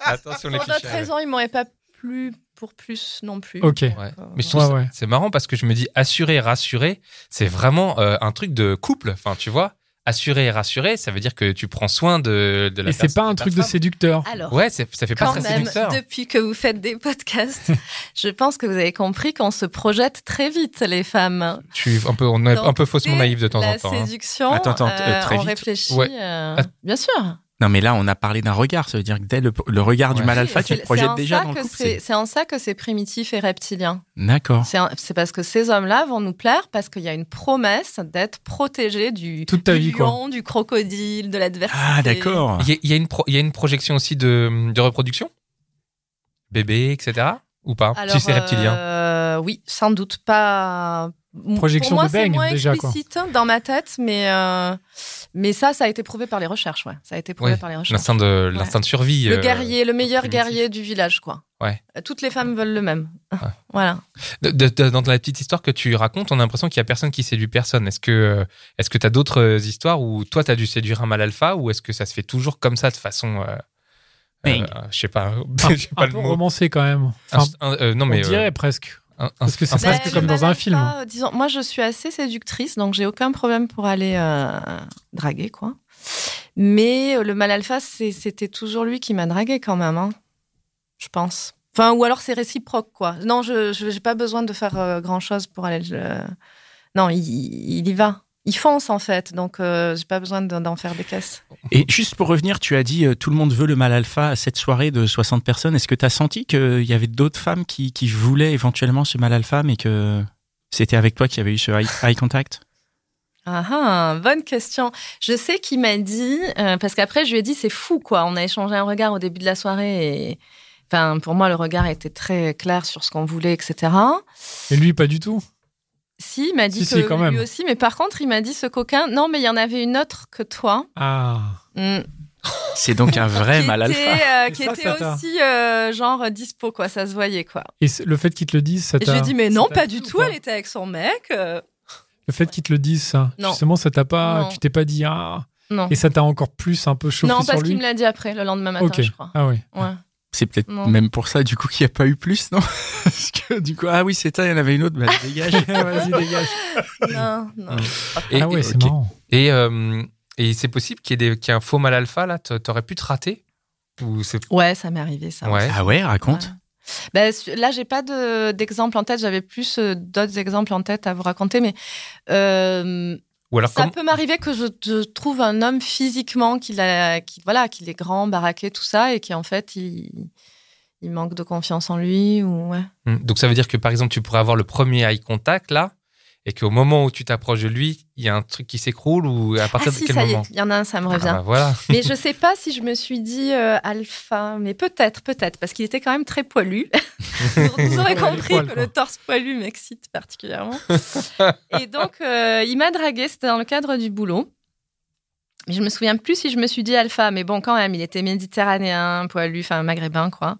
Speaker 2: Attention les
Speaker 4: pour d'autres
Speaker 2: clichés.
Speaker 4: raisons, il m'aurait pas plu pour plus non plus.
Speaker 3: Ok.
Speaker 4: Donc,
Speaker 2: Ouais.
Speaker 4: euh,
Speaker 2: Mais je trouve
Speaker 3: Ouais,
Speaker 2: ça-
Speaker 3: ouais.
Speaker 2: c'est marrant parce que je me dis assurer, rassurer, c'est vraiment euh, un truc de couple. Enfin, tu vois, assurer et rassurer, ça veut dire que tu prends soin de, de la
Speaker 3: Et c'est pas un truc de
Speaker 2: séduction.
Speaker 3: séducteur.
Speaker 4: Alors.
Speaker 2: Ouais, c'est- ça hein. fait pas
Speaker 4: Quand
Speaker 2: très
Speaker 4: même,
Speaker 2: séducteur.
Speaker 4: depuis que vous faites des podcasts, je pense que vous avez compris qu'on se projette très vite, les femmes.
Speaker 2: Je suis un peu, on est un
Speaker 4: Donc,
Speaker 2: peu faussement
Speaker 4: dès
Speaker 2: naïf de temps
Speaker 4: La
Speaker 2: en temps. hein.
Speaker 4: séduction,
Speaker 1: Attends, attends,
Speaker 4: euh,
Speaker 1: très
Speaker 4: on
Speaker 1: vite.
Speaker 4: réfléchit.
Speaker 2: Ouais.
Speaker 4: euh,
Speaker 2: Ah.
Speaker 4: bien sûr.
Speaker 1: Non, mais là, on a parlé d'un regard. Ça veut dire que dès le, le regard du
Speaker 2: Ouais.
Speaker 1: mal alpha,
Speaker 4: Oui,
Speaker 1: tu
Speaker 4: c'est-
Speaker 1: te
Speaker 4: c'est en
Speaker 1: projettes déjà
Speaker 4: ça
Speaker 1: dans le
Speaker 4: que
Speaker 1: couple.
Speaker 4: c'est- C'est en ça que c'est primitif et reptilien.
Speaker 1: c'est- D'accord.
Speaker 4: C'est un- C'est parce que ces hommes-là vont nous plaire parce qu'il y a une promesse d'être protégés du,
Speaker 3: Toute ta
Speaker 4: du
Speaker 3: vie, quoi.
Speaker 4: lion, du crocodile, de l'adversité.
Speaker 1: Ah, d'accord.
Speaker 2: Il y, a- il y a une pro- il y a une projection aussi de, de reproduction Bébé, etc. Ou pas Si c'est reptilien.
Speaker 4: euh, oui, sans doute pas.
Speaker 3: Projection
Speaker 4: Pour moi,
Speaker 3: de
Speaker 4: c'est
Speaker 3: beigne,
Speaker 4: moins
Speaker 3: déjà, quoi.
Speaker 4: explicite dans ma tête, mais euh, mais ça, ça a été prouvé par les recherches, ouais. Ça a été prouvé
Speaker 2: Ouais,
Speaker 4: par les recherches.
Speaker 2: L'instinct de, l'instinct de survie.
Speaker 4: Le
Speaker 2: euh,
Speaker 4: guerrier, le meilleur
Speaker 2: primitif.
Speaker 4: guerrier du village, quoi. Euh,
Speaker 2: Ouais.
Speaker 4: Toutes les femmes veulent le même. voilà.
Speaker 2: De- de- de- dans la petite histoire que tu racontes, on a l'impression qu'il y a personne qui séduit personne. Est-ce que euh, est-ce que tu as d'autres euh, histoires où toi tu as dû séduire un mal alpha ou est-ce que ça se fait toujours comme ça de façon euh,
Speaker 1: Mais-
Speaker 2: euh, je sais pas,
Speaker 3: Un,
Speaker 2: j'ai pas
Speaker 3: un
Speaker 2: le
Speaker 3: peu
Speaker 2: mot.
Speaker 3: romancé quand même.
Speaker 2: Un-
Speaker 3: Enfin,
Speaker 2: un- euh, non mais
Speaker 3: on
Speaker 2: euh,
Speaker 3: dirait presque.
Speaker 2: un- un-
Speaker 3: parce que c'est
Speaker 2: un-
Speaker 3: presque
Speaker 4: Ben,
Speaker 3: comme
Speaker 4: le
Speaker 3: dans un
Speaker 4: mal
Speaker 3: film.
Speaker 4: alpha, euh, disons, moi, je suis assez séductrice, donc j'ai aucun problème pour aller euh, draguer, quoi. Mais euh, le mal alpha, c'est- c'était toujours lui qui m'a dragué quand même, hein, je pense. Enfin, ou alors c'est réciproque, quoi. Non, je n'ai pas besoin de faire euh, grand-chose pour aller... le- Non, il, il y va. Il fonce, en fait, donc euh, j'ai pas besoin d'en d'en faire des caisses.
Speaker 1: Et juste pour revenir, tu as dit euh, tout le monde veut le mal alpha à cette soirée de 60 personnes. Est-ce que tu as senti qu'il y avait d'autres femmes qui, qui voulaient éventuellement ce mal alpha, mais que c'était avec toi qu'il y avait eu ce eye, eye contact
Speaker 4: Ah ah, bonne question. Je sais qu'il m'a dit, euh, parce qu'après je lui ai dit c'est fou quoi, on a échangé un regard au début de la soirée et enfin, pour moi le regard était très clair sur ce qu'on voulait, etc.
Speaker 3: Et lui, pas du tout.
Speaker 4: Si, il m'a dit
Speaker 3: Si,
Speaker 4: que
Speaker 3: si, quand
Speaker 4: lui
Speaker 3: même.
Speaker 4: aussi, mais par contre il m'a dit ce coquin, non mais il y en avait une autre que toi.
Speaker 3: Ah.
Speaker 4: Hmm.
Speaker 1: C'est donc un vrai
Speaker 4: qui
Speaker 1: mal alpha.
Speaker 4: était, euh,
Speaker 3: Et
Speaker 4: qui
Speaker 3: ça,
Speaker 4: était
Speaker 3: ça t'a-
Speaker 4: aussi euh, genre dispo quoi, ça se voyait quoi.
Speaker 3: Et c'est- le fait qu'ils te le disent, ça
Speaker 4: Et je
Speaker 3: t'a.
Speaker 4: lui ai dit mais
Speaker 3: ça
Speaker 4: non
Speaker 3: t'a
Speaker 4: pas
Speaker 3: plu
Speaker 4: du
Speaker 3: ou
Speaker 4: tout,
Speaker 3: pas
Speaker 4: elle était avec son mec. euh,
Speaker 3: Le fait qu'ils te le disent, ça.
Speaker 4: Non.
Speaker 3: Justement, ça t'a pas.
Speaker 4: Non.
Speaker 3: Tu t'es pas dit ah.
Speaker 4: Non.
Speaker 3: Et ça t'a encore plus un peu chauffé
Speaker 4: Non
Speaker 3: sur
Speaker 4: parce
Speaker 3: lui.
Speaker 4: qu'il me l'a dit après le lendemain matin
Speaker 3: ok.
Speaker 4: je crois.
Speaker 3: Ah oui.
Speaker 4: Ouais.
Speaker 1: C'est peut-être
Speaker 4: Non.
Speaker 1: même pour ça, du coup, qu'il n'y a pas eu plus, non Parce que du coup, ah oui, c'était, il y en avait une autre, bah, dégage.
Speaker 3: Vas-y, dégage.
Speaker 4: non, non.
Speaker 2: et-
Speaker 3: ah ouais,
Speaker 2: et-
Speaker 3: c'est
Speaker 1: ok.
Speaker 3: marrant.
Speaker 2: Et, euh, et c'est possible qu'il y, ait des- qu'il y ait un faux mal alpha là, t- t'aurais pu te rater Ou c'est.
Speaker 4: Ouais, ça m'est arrivé ça.
Speaker 2: Ouais.
Speaker 1: Ah ouais, raconte.
Speaker 4: Ouais. Ben, su- là, j'ai pas de- d'exemple en tête. J'avais plus euh, d'autres exemples en tête à vous raconter, mais euh,
Speaker 2: Ou alors
Speaker 4: ça
Speaker 2: comme.
Speaker 4: peut m'arriver que je, je trouve un homme physiquement qu'il a, qu'il- voilà, qu'il est grand, baraqué, tout ça, et qui en fait, il, il manque de confiance en lui ou ouais.
Speaker 2: Mm. Donc ça veut dire que par exemple, tu pourrais avoir le premier eye contact là, et qu'au moment où tu t'approches de lui, il y a un truc qui s'écroule ou à partir
Speaker 4: ah
Speaker 2: de
Speaker 4: si,
Speaker 2: quel
Speaker 4: ça y
Speaker 2: moment
Speaker 4: est, il y en a un, ça me
Speaker 2: Ah,
Speaker 4: revient.
Speaker 2: bah, Voilà.
Speaker 4: mais je sais pas si je me suis dit euh, alpha, mais peut-être, peut-être, parce qu'il était quand même très poilu. Vous aurez
Speaker 3: Les
Speaker 4: compris
Speaker 3: poils,
Speaker 4: que
Speaker 3: quoi.
Speaker 4: le torse poilu m'excite particulièrement. Et donc, euh, il m'a dragué, c'était dans le cadre du boulot. Mais je me souviens plus si je me suis dit alpha, mais bon, quand même, il était méditerranéen, poilu, enfin maghrébin, quoi.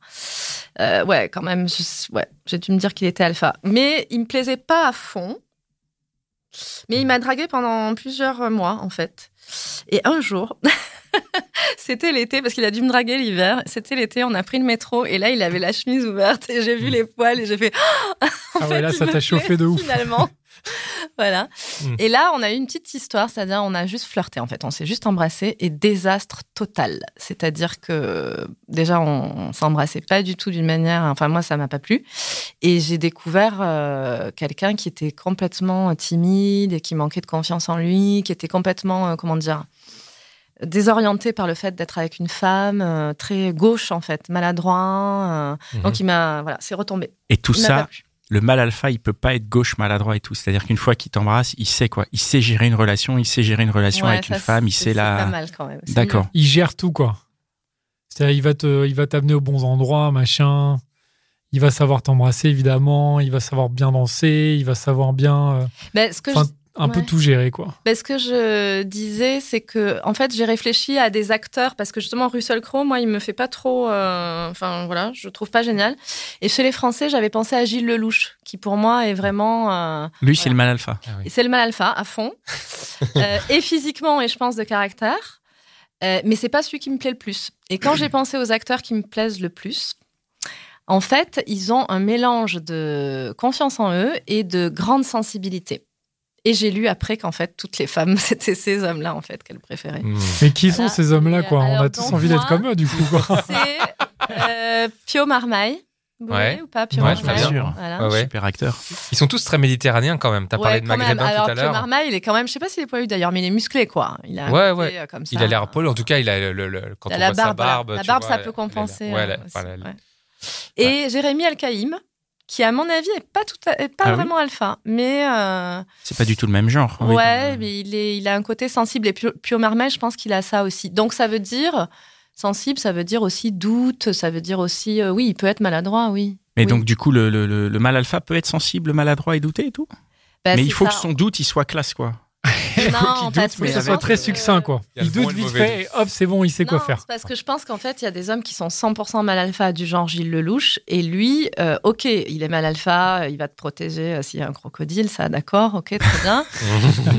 Speaker 4: Euh, ouais, quand même, je- ouais, j'ai dû me dire qu'il était alpha. Mais il me plaisait pas à fond. Mais il m'a dragué pendant plusieurs mois, en fait. Et un jour, c'était l'été, parce qu'il a dû me draguer l'hiver. C'était l'été, on a pris le métro, et là, il avait la chemise ouverte, et j'ai vu les poils, et j'ai fait. En
Speaker 3: Ah ouais,
Speaker 4: fait,
Speaker 3: là,
Speaker 4: il
Speaker 3: ça
Speaker 4: me
Speaker 3: t'a chauffé de ouf.
Speaker 4: Finalement. voilà.
Speaker 2: Mm.
Speaker 4: Et là, on a eu une petite histoire, c'est-à-dire on a juste flirté en fait, on s'est juste embrassé et désastre total. C'est-à-dire que déjà on, on s'embrassait pas du tout d'une manière, enfin moi ça m'a pas plu et j'ai découvert euh, quelqu'un qui était complètement timide et qui manquait de confiance en lui, qui était complètement euh, comment dire désorienté par le fait d'être avec une femme euh, très gauche en fait, maladroit. euh,
Speaker 3: Mm.
Speaker 2: Mhm.
Speaker 4: Donc il m'a voilà, c'est retombé.
Speaker 1: Et tout
Speaker 4: Il m'a pas
Speaker 1: ça,
Speaker 4: plu.
Speaker 1: le mal alpha, il peut pas être gauche, maladroit et tout. C'est-à-dire qu'une fois qu'il t'embrasse, il sait quoi. Il sait gérer une relation, il sait gérer une relation
Speaker 4: Ouais,
Speaker 1: avec
Speaker 4: ça,
Speaker 1: une femme, il
Speaker 4: c'est-
Speaker 1: sait
Speaker 4: c'est
Speaker 1: la.
Speaker 4: pas mal quand même. C'est
Speaker 1: D'accord.
Speaker 3: Il gère tout, quoi. C'est-à-dire, il va te, il va t'amener aux bons endroits, machin. Il va savoir t'embrasser, évidemment. Il va savoir bien danser. Il va savoir bien, euh,
Speaker 4: mieux. Ben, ce que
Speaker 3: enfin,
Speaker 4: je,
Speaker 3: un peu
Speaker 4: ouais.
Speaker 3: tout gérer, quoi.
Speaker 4: ben, ce que je disais, c'est que en fait, j'ai réfléchi à des acteurs parce que justement Russell Crowe, moi, il me fait pas trop. euh, Enfin voilà, je trouve pas génial. Et chez les Français, j'avais pensé à Gilles Lelouch, qui pour moi est vraiment. euh,
Speaker 1: Lui, c'est le mal alpha.
Speaker 4: Et c'est le mal alpha à fond, Euh, et physiquement et je pense de caractère. Euh, mais c'est pas celui qui me plaît le plus. Et quand j'ai pensé aux acteurs qui me plaisent le plus, en fait, ils ont un mélange de confiance en eux et de grande sensibilité. Et j'ai lu après qu'en fait, toutes les femmes, c'était ces hommes-là, en fait, qu'elles préféraient.
Speaker 2: Mm.
Speaker 3: Mais qui
Speaker 4: Voilà.
Speaker 3: sont ces hommes-là,
Speaker 4: Et,
Speaker 3: quoi On a
Speaker 4: alors,
Speaker 3: tous
Speaker 4: donc,
Speaker 3: envie d'être
Speaker 4: moi-
Speaker 3: comme eux, du coup, quoi.
Speaker 4: C'est euh, Pio Marmaille. Vous
Speaker 2: Ouais.
Speaker 4: voyez ou pas Pio
Speaker 3: Ouais,
Speaker 4: Marmaille
Speaker 1: très bien.
Speaker 4: Voilà.
Speaker 2: Ouais, ouais.
Speaker 1: Super acteur.
Speaker 2: Ils sont tous très méditerranéens quand même. T'as
Speaker 4: Ouais,
Speaker 2: parlé de
Speaker 4: quand même.
Speaker 2: maghrébin
Speaker 4: Alors,
Speaker 2: tout à
Speaker 4: Pio
Speaker 2: l'heure.
Speaker 4: Marmaille, il est quand même, je sais pas s'il est poilu d'ailleurs, mais il est musclé, quoi. Il a un
Speaker 2: Ouais,
Speaker 4: côté, euh, comme ça.
Speaker 2: Il a l'air Paul, en tout cas, il a le, le- le- quand
Speaker 4: Il a
Speaker 2: on
Speaker 4: la
Speaker 2: voit sa
Speaker 4: barbe, voilà.
Speaker 2: barbe.
Speaker 4: la
Speaker 2: tu
Speaker 4: barbe,
Speaker 2: vois,
Speaker 4: ça
Speaker 2: elle-
Speaker 4: peut
Speaker 2: elle-
Speaker 4: compenser.
Speaker 2: ouais,
Speaker 4: euh,
Speaker 2: la-
Speaker 4: aussi,
Speaker 2: enfin, la-
Speaker 4: ouais. Et Jérémy Alcaïm, qui à mon avis est pas tout, à- est pas
Speaker 1: Ah oui
Speaker 4: vraiment alpha, mais euh,
Speaker 1: C'est pas du tout le même genre. Oui,
Speaker 4: ouais,
Speaker 1: donc, euh,
Speaker 4: mais il est, il a un côté sensible. Et Pio, Pio Marmaille, je pense qu'il a ça aussi. Donc ça veut dire sensible, ça veut dire aussi doute, ça veut dire aussi, euh, oui, il peut être maladroit, oui.
Speaker 1: Mais
Speaker 4: Oui.
Speaker 1: donc, du coup, le, le- le- le mal alpha peut être sensible, maladroit et douté et tout.
Speaker 4: Bah,
Speaker 1: mais
Speaker 4: c'est
Speaker 1: il faut
Speaker 4: ça.
Speaker 1: que son doute, il soit classe, quoi.
Speaker 4: Non,
Speaker 1: qu'il doute,
Speaker 4: parce
Speaker 3: Il faut que
Speaker 1: mais
Speaker 3: ça
Speaker 1: avec-
Speaker 3: soit très
Speaker 4: euh,
Speaker 3: succinct, quoi.
Speaker 2: Il y a le
Speaker 3: Il
Speaker 2: bon
Speaker 3: doute
Speaker 2: et le
Speaker 3: vite
Speaker 2: mauvais
Speaker 3: fait,
Speaker 2: doute.
Speaker 3: et hop, c'est bon, il sait quoi
Speaker 4: Non,
Speaker 3: faire.
Speaker 4: c'est Parce que je pense qu'en fait, il y a des hommes qui sont 100% mal alpha, du genre Gilles Lelouch, et lui, euh, ok, il est mal alpha, il va te protéger euh, s'il y a un crocodile, ça, d'accord, ok, très bien.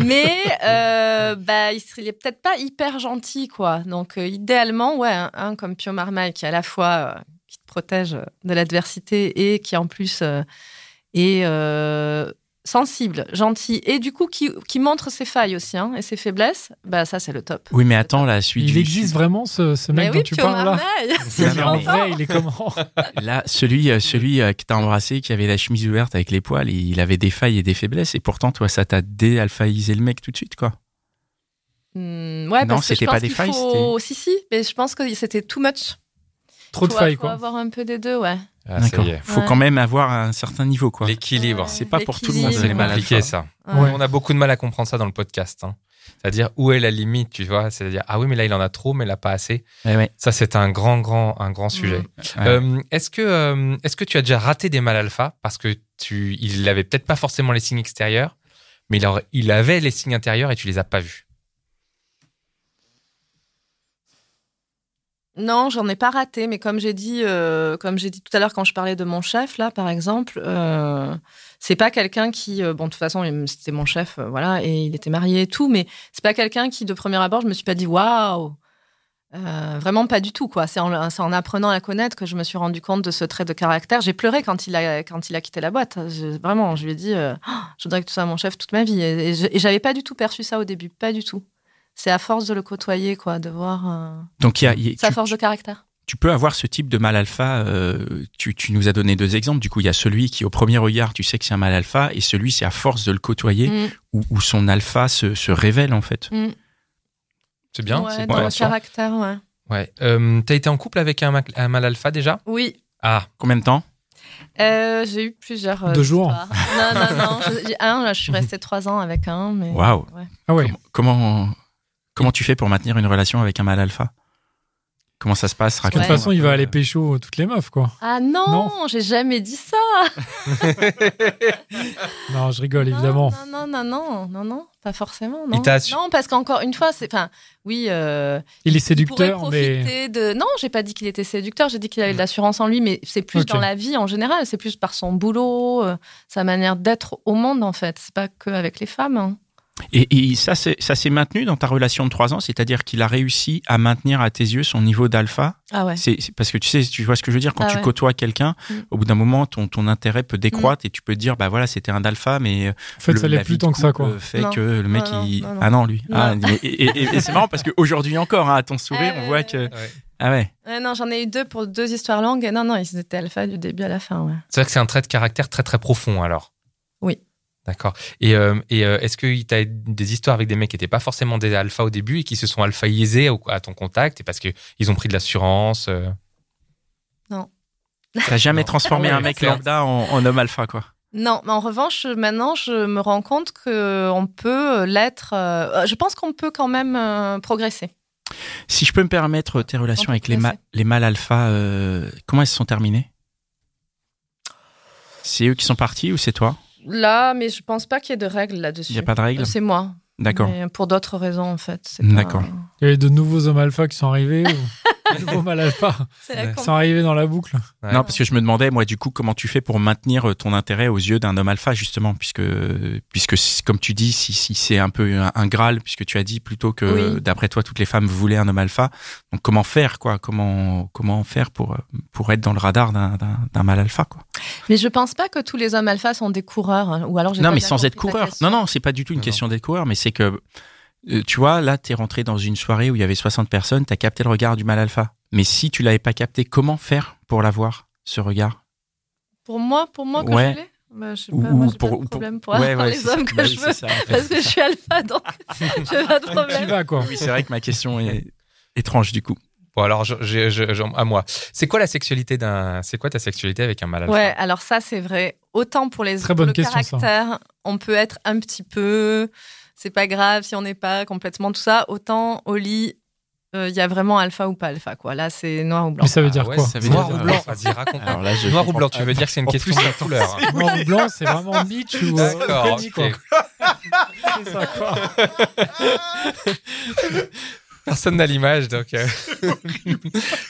Speaker 4: Mais euh, bah, il, serait- il est peut-être pas hyper gentil, quoi. Donc, euh, idéalement, ouais, un, un comme Pio Marmaille qui à la fois euh, qui te protège euh, de l'adversité et qui en plus euh, est euh, sensible, gentil, et du coup qui, qui montre ses failles aussi hein, et ses faiblesses, bah ça c'est le top.
Speaker 1: Oui, mais attends, la suite
Speaker 3: Il
Speaker 1: du-
Speaker 3: existe vraiment ce, ce mec
Speaker 4: Mais oui,
Speaker 3: dont tu
Speaker 4: Pio
Speaker 3: parles là
Speaker 4: Marmaille,
Speaker 1: Non,
Speaker 3: C'est
Speaker 1: non,
Speaker 3: en
Speaker 1: mais-
Speaker 3: vrai, il est comment
Speaker 1: Là, celui, euh, celui euh, que t'as embrassé, qui avait la chemise ouverte avec les poils, il il avait des failles et des faiblesses, et pourtant, toi, ça t'a déalphaïsé le mec tout de suite, quoi.
Speaker 4: Hmm, ouais,
Speaker 1: Non,
Speaker 4: parce que
Speaker 1: c'était
Speaker 4: je
Speaker 1: pas
Speaker 4: pense
Speaker 1: des
Speaker 4: qu'il
Speaker 1: failles,
Speaker 4: faut... Si, si, mais je pense que c'était too much.
Speaker 3: Trop de
Speaker 4: Faut-
Speaker 3: failles,
Speaker 4: faut
Speaker 3: quoi.
Speaker 4: avoir un peu des deux, ouais.
Speaker 2: Ah, ça
Speaker 1: D'accord.
Speaker 2: y est.
Speaker 1: Faut
Speaker 4: Ouais.
Speaker 1: quand même avoir un certain niveau, quoi.
Speaker 2: L'équilibre.
Speaker 4: Ouais.
Speaker 1: C'est pas pour tout le monde,
Speaker 4: L'équilibre,
Speaker 1: c'est les
Speaker 4: ouais.
Speaker 1: mal
Speaker 2: compliqué
Speaker 1: alpha.
Speaker 2: ça.
Speaker 3: Ouais.
Speaker 2: On a beaucoup de mal à comprendre ça dans le podcast. hein. C'est-à-dire où est la limite, tu vois C'est-à-dire ah oui mais là il en a trop mais il a pas assez.
Speaker 1: Ouais, ouais.
Speaker 2: Ça c'est un grand grand un grand sujet.
Speaker 1: Ouais.
Speaker 2: Euh, est-ce que euh, est-ce que tu as déjà raté des mal alpha parce que tu il avait peut-être pas forcément les signes extérieurs mais il, aurait- il avait les signes intérieurs et tu les as pas vus.
Speaker 4: Non, j'en ai pas raté, mais comme j'ai dit, euh, comme j'ai dit tout à l'heure quand je parlais de mon chef là, par exemple, euh, c'est pas quelqu'un qui, euh, bon, de toute façon, il- c'était mon chef, euh, voilà, et il était marié et tout, mais c'est pas quelqu'un qui, de premier abord, je me suis pas dit waouh, Euh, vraiment pas du tout quoi. C'est en, c'est en apprenant à connaître que je me suis rendu compte de ce trait de caractère. J'ai pleuré quand il a quand il a quitté la boîte. Je- vraiment, je lui ai dit, euh, Oh, je voudrais que tu sois mon chef toute ma vie, et, et je- et j'avais pas du tout perçu ça au début, pas du tout. C'est à force de le côtoyer quoi, de voir euh,
Speaker 1: Donc, il y a- il y a-
Speaker 4: sa
Speaker 1: tu-
Speaker 4: force de caractère.
Speaker 1: tu peux avoir ce type de mal alpha. euh, tu, tu nous as donné deux exemples. Du coup, il y a celui qui, au premier regard, tu sais que c'est un mal alpha, et celui, c'est à force de le côtoyer,
Speaker 4: Mm.
Speaker 1: où, où son alpha se, se révèle, en fait.
Speaker 4: Mm.
Speaker 2: C'est bien.
Speaker 4: Ouais,
Speaker 2: c'est
Speaker 4: dans
Speaker 2: bien.
Speaker 4: le caractère, ouais.
Speaker 2: Ouais. Euh, T'as été en couple avec un, ma- un mal alpha déjà
Speaker 4: Oui,
Speaker 2: Ah,
Speaker 1: Combien de temps
Speaker 4: Euh, j'ai eu plusieurs. euh,
Speaker 3: Deux jours.
Speaker 4: histoires. Non, non, non. je- j'ai un, là, je suis restée trois ans avec un. Mais...
Speaker 1: Waouh.
Speaker 4: Ouais.
Speaker 3: Ah ouais.
Speaker 1: Comment- Comment comment tu fais pour maintenir une relation avec un mâle alpha Comment ça se passe
Speaker 3: De toute
Speaker 4: Ouais.
Speaker 3: façon, il va aller pécho toutes les meufs, quoi.
Speaker 4: Ah non,
Speaker 3: Non.
Speaker 4: j'ai jamais dit ça.
Speaker 3: Non, je rigole, évidemment.
Speaker 4: Non, non, non, non, non, non, pas forcément. Non,
Speaker 2: Il t'a assu-
Speaker 4: non parce qu'encore une fois, c'est. Enfin, oui. euh,
Speaker 3: Il est
Speaker 4: il pourrait
Speaker 3: séducteur,
Speaker 4: profiter
Speaker 3: mais.
Speaker 4: de. Non, j'ai pas dit qu'il était séducteur. J'ai dit qu'il avait de
Speaker 2: Mm.
Speaker 4: l'assurance en lui, mais c'est plus
Speaker 3: Ok.
Speaker 4: dans la vie en général. C'est plus par son boulot, euh, sa manière d'être au monde en fait. C'est pas que avec les femmes. hein.
Speaker 1: Et, et ça, c'est- ça s'est maintenu dans ta relation de trois ans, c'est-à-dire qu'il a réussi à maintenir à tes yeux son niveau d'alpha.
Speaker 4: Ah ouais.
Speaker 1: C'est c'est- parce que tu sais, tu vois ce que je veux dire quand
Speaker 4: Ah
Speaker 1: tu
Speaker 4: ouais.
Speaker 1: côtoies quelqu'un,
Speaker 4: Mm.
Speaker 1: au bout d'un moment, ton, ton intérêt peut décroître et tu peux te dire, bah voilà, c'était un alpha, mais euh,
Speaker 3: En fait,
Speaker 1: le-
Speaker 3: ça
Speaker 1: la
Speaker 3: l'est
Speaker 1: vie
Speaker 3: plus
Speaker 1: de
Speaker 3: tant que ça, quoi.
Speaker 1: couple fait
Speaker 4: Non.
Speaker 1: que le mec,
Speaker 4: Non, non,
Speaker 1: il
Speaker 4: non, non.
Speaker 1: ah non lui, ah,
Speaker 4: Non.
Speaker 1: mais- et, et- et c'est marrant parce qu'aujourd'hui encore, hein, à ton sourire,
Speaker 4: Ah
Speaker 1: on
Speaker 4: ouais,
Speaker 1: voit
Speaker 4: ouais,
Speaker 1: que
Speaker 4: ouais.
Speaker 2: ouais.
Speaker 1: ah ouais.
Speaker 4: Ouais, non, j'en ai eu deux pour deux histoires longues. Non, non, ils étaient alpha du début à la fin. Ouais.
Speaker 2: C'est vrai que c'est un trait de caractère très très profond alors.
Speaker 4: Oui.
Speaker 2: D'accord. Et, euh, et euh, est-ce que tu as des histoires avec des mecs qui n'étaient pas forcément des alphas au début et qui se sont alphaïsés au- à ton contact et parce qu'ils ont pris de l'assurance euh,
Speaker 1: T'as jamais
Speaker 2: Non.
Speaker 1: transformé
Speaker 3: Ah
Speaker 2: Ouais,
Speaker 1: un mec
Speaker 2: c'est-
Speaker 1: lambda en, en homme alpha, quoi.
Speaker 4: Non, mais en revanche, maintenant, je me rends compte que on peut l'être. euh, je pense qu'on peut quand même euh, progresser.
Speaker 1: Si je peux me permettre, euh, tes relations
Speaker 4: peut
Speaker 1: avec les, ma-
Speaker 4: commencer.
Speaker 1: les mâles alpha, euh, comment elles se sont terminées C'est eux qui sont partis ou c'est toi
Speaker 4: Là, mais je pense pas qu'il y ait de règles là-dessus.
Speaker 1: Il n'y a pas de règles
Speaker 4: C'est moi.
Speaker 1: D'accord.
Speaker 4: Mais pour d'autres raisons, en fait. C'est
Speaker 1: D'accord.
Speaker 4: pas-
Speaker 3: Il y a eu de nouveaux hommes alpha qui sont arrivés, ou de nouveaux mâles alpha
Speaker 4: C'est la
Speaker 2: Ouais.
Speaker 3: qui
Speaker 4: com-
Speaker 3: sont arrivés dans la boucle.
Speaker 2: Ouais.
Speaker 1: Non, parce que je me demandais, moi, du coup, comment tu fais pour maintenir euh, ton intérêt aux yeux d'un homme alpha, justement, puisque, puisque c- comme tu dis, si, si c'est un peu un, un Graal, puisque tu as dit plutôt que,
Speaker 4: Oui.
Speaker 1: euh, d'après toi, toutes les femmes voulaient un homme alpha. Donc, comment faire, quoi Comment, comment faire pour, euh, pour être dans le radar d'un- d'un d'un mâle alpha, quoi
Speaker 4: Mais je pense pas que tous les hommes alpha sont des coureurs. hein, Ou alors, j'ai
Speaker 1: Non,
Speaker 4: pas
Speaker 1: mais
Speaker 4: bien
Speaker 1: sans être
Speaker 4: compris ta
Speaker 1: coureur.
Speaker 4: question.
Speaker 1: Non, non, c'est pas du tout une
Speaker 2: Non,
Speaker 1: question d'être coureur, mais c'est que, euh, tu vois, là, t'es rentré dans une soirée où il y avait 60 personnes, t'as capté le regard du mal alpha. Mais si tu l'avais pas capté, comment faire pour l'avoir, ce regard
Speaker 4: Pour moi, pour moi que
Speaker 1: Ouais.
Speaker 4: je l'ai. Bah, je sais pas,
Speaker 1: Ou-
Speaker 4: moi,
Speaker 1: ou
Speaker 4: j'ai pas
Speaker 1: pour-
Speaker 4: de
Speaker 1: ou pour-
Speaker 4: problème pour avoir
Speaker 1: ouais,
Speaker 4: les
Speaker 1: c'est ça.
Speaker 4: hommes que
Speaker 1: Bah oui,
Speaker 4: je veux.
Speaker 1: c'est ça, en fait.
Speaker 4: Parce que je suis alpha, donc j'ai pas de
Speaker 3: Qui
Speaker 4: problème.
Speaker 3: va, quoi.
Speaker 1: Oui, c'est vrai que ma question est étrange du coup.
Speaker 2: Bon alors je- je- je- je- à moi. C'est quoi la sexualité d'un C'est quoi ta sexualité avec un mâle alpha
Speaker 4: Ouais, alors ça, c'est vrai. Autant pour les
Speaker 3: Très
Speaker 4: pour
Speaker 3: bonne
Speaker 4: le
Speaker 3: question, ça.
Speaker 4: caractère, on peut être un petit peu, c'est pas grave si on n'est pas complètement tout ça. Autant au lit, euh, il y a vraiment alpha ou pas alpha, quoi. Là, c'est noir ou blanc.
Speaker 3: Mais ça veut
Speaker 2: Ah
Speaker 3: dire
Speaker 2: ouais,
Speaker 3: quoi Ah,
Speaker 1: ça veut
Speaker 2: Noir
Speaker 1: dire-
Speaker 2: ou blanc Vas-y raconte.
Speaker 1: Alors là, je
Speaker 2: Noir ou
Speaker 1: comprends
Speaker 2: blanc,
Speaker 1: pas.
Speaker 2: tu veux dire que c'est une
Speaker 1: En
Speaker 2: question de couleur hein.
Speaker 3: Noir ou blanc, c'est vraiment bitch ou. euh,
Speaker 2: D'accord.
Speaker 3: Freddy, quoi.
Speaker 2: ok.
Speaker 3: C'est ça, quoi.
Speaker 2: Personne n'a l'image donc. euh.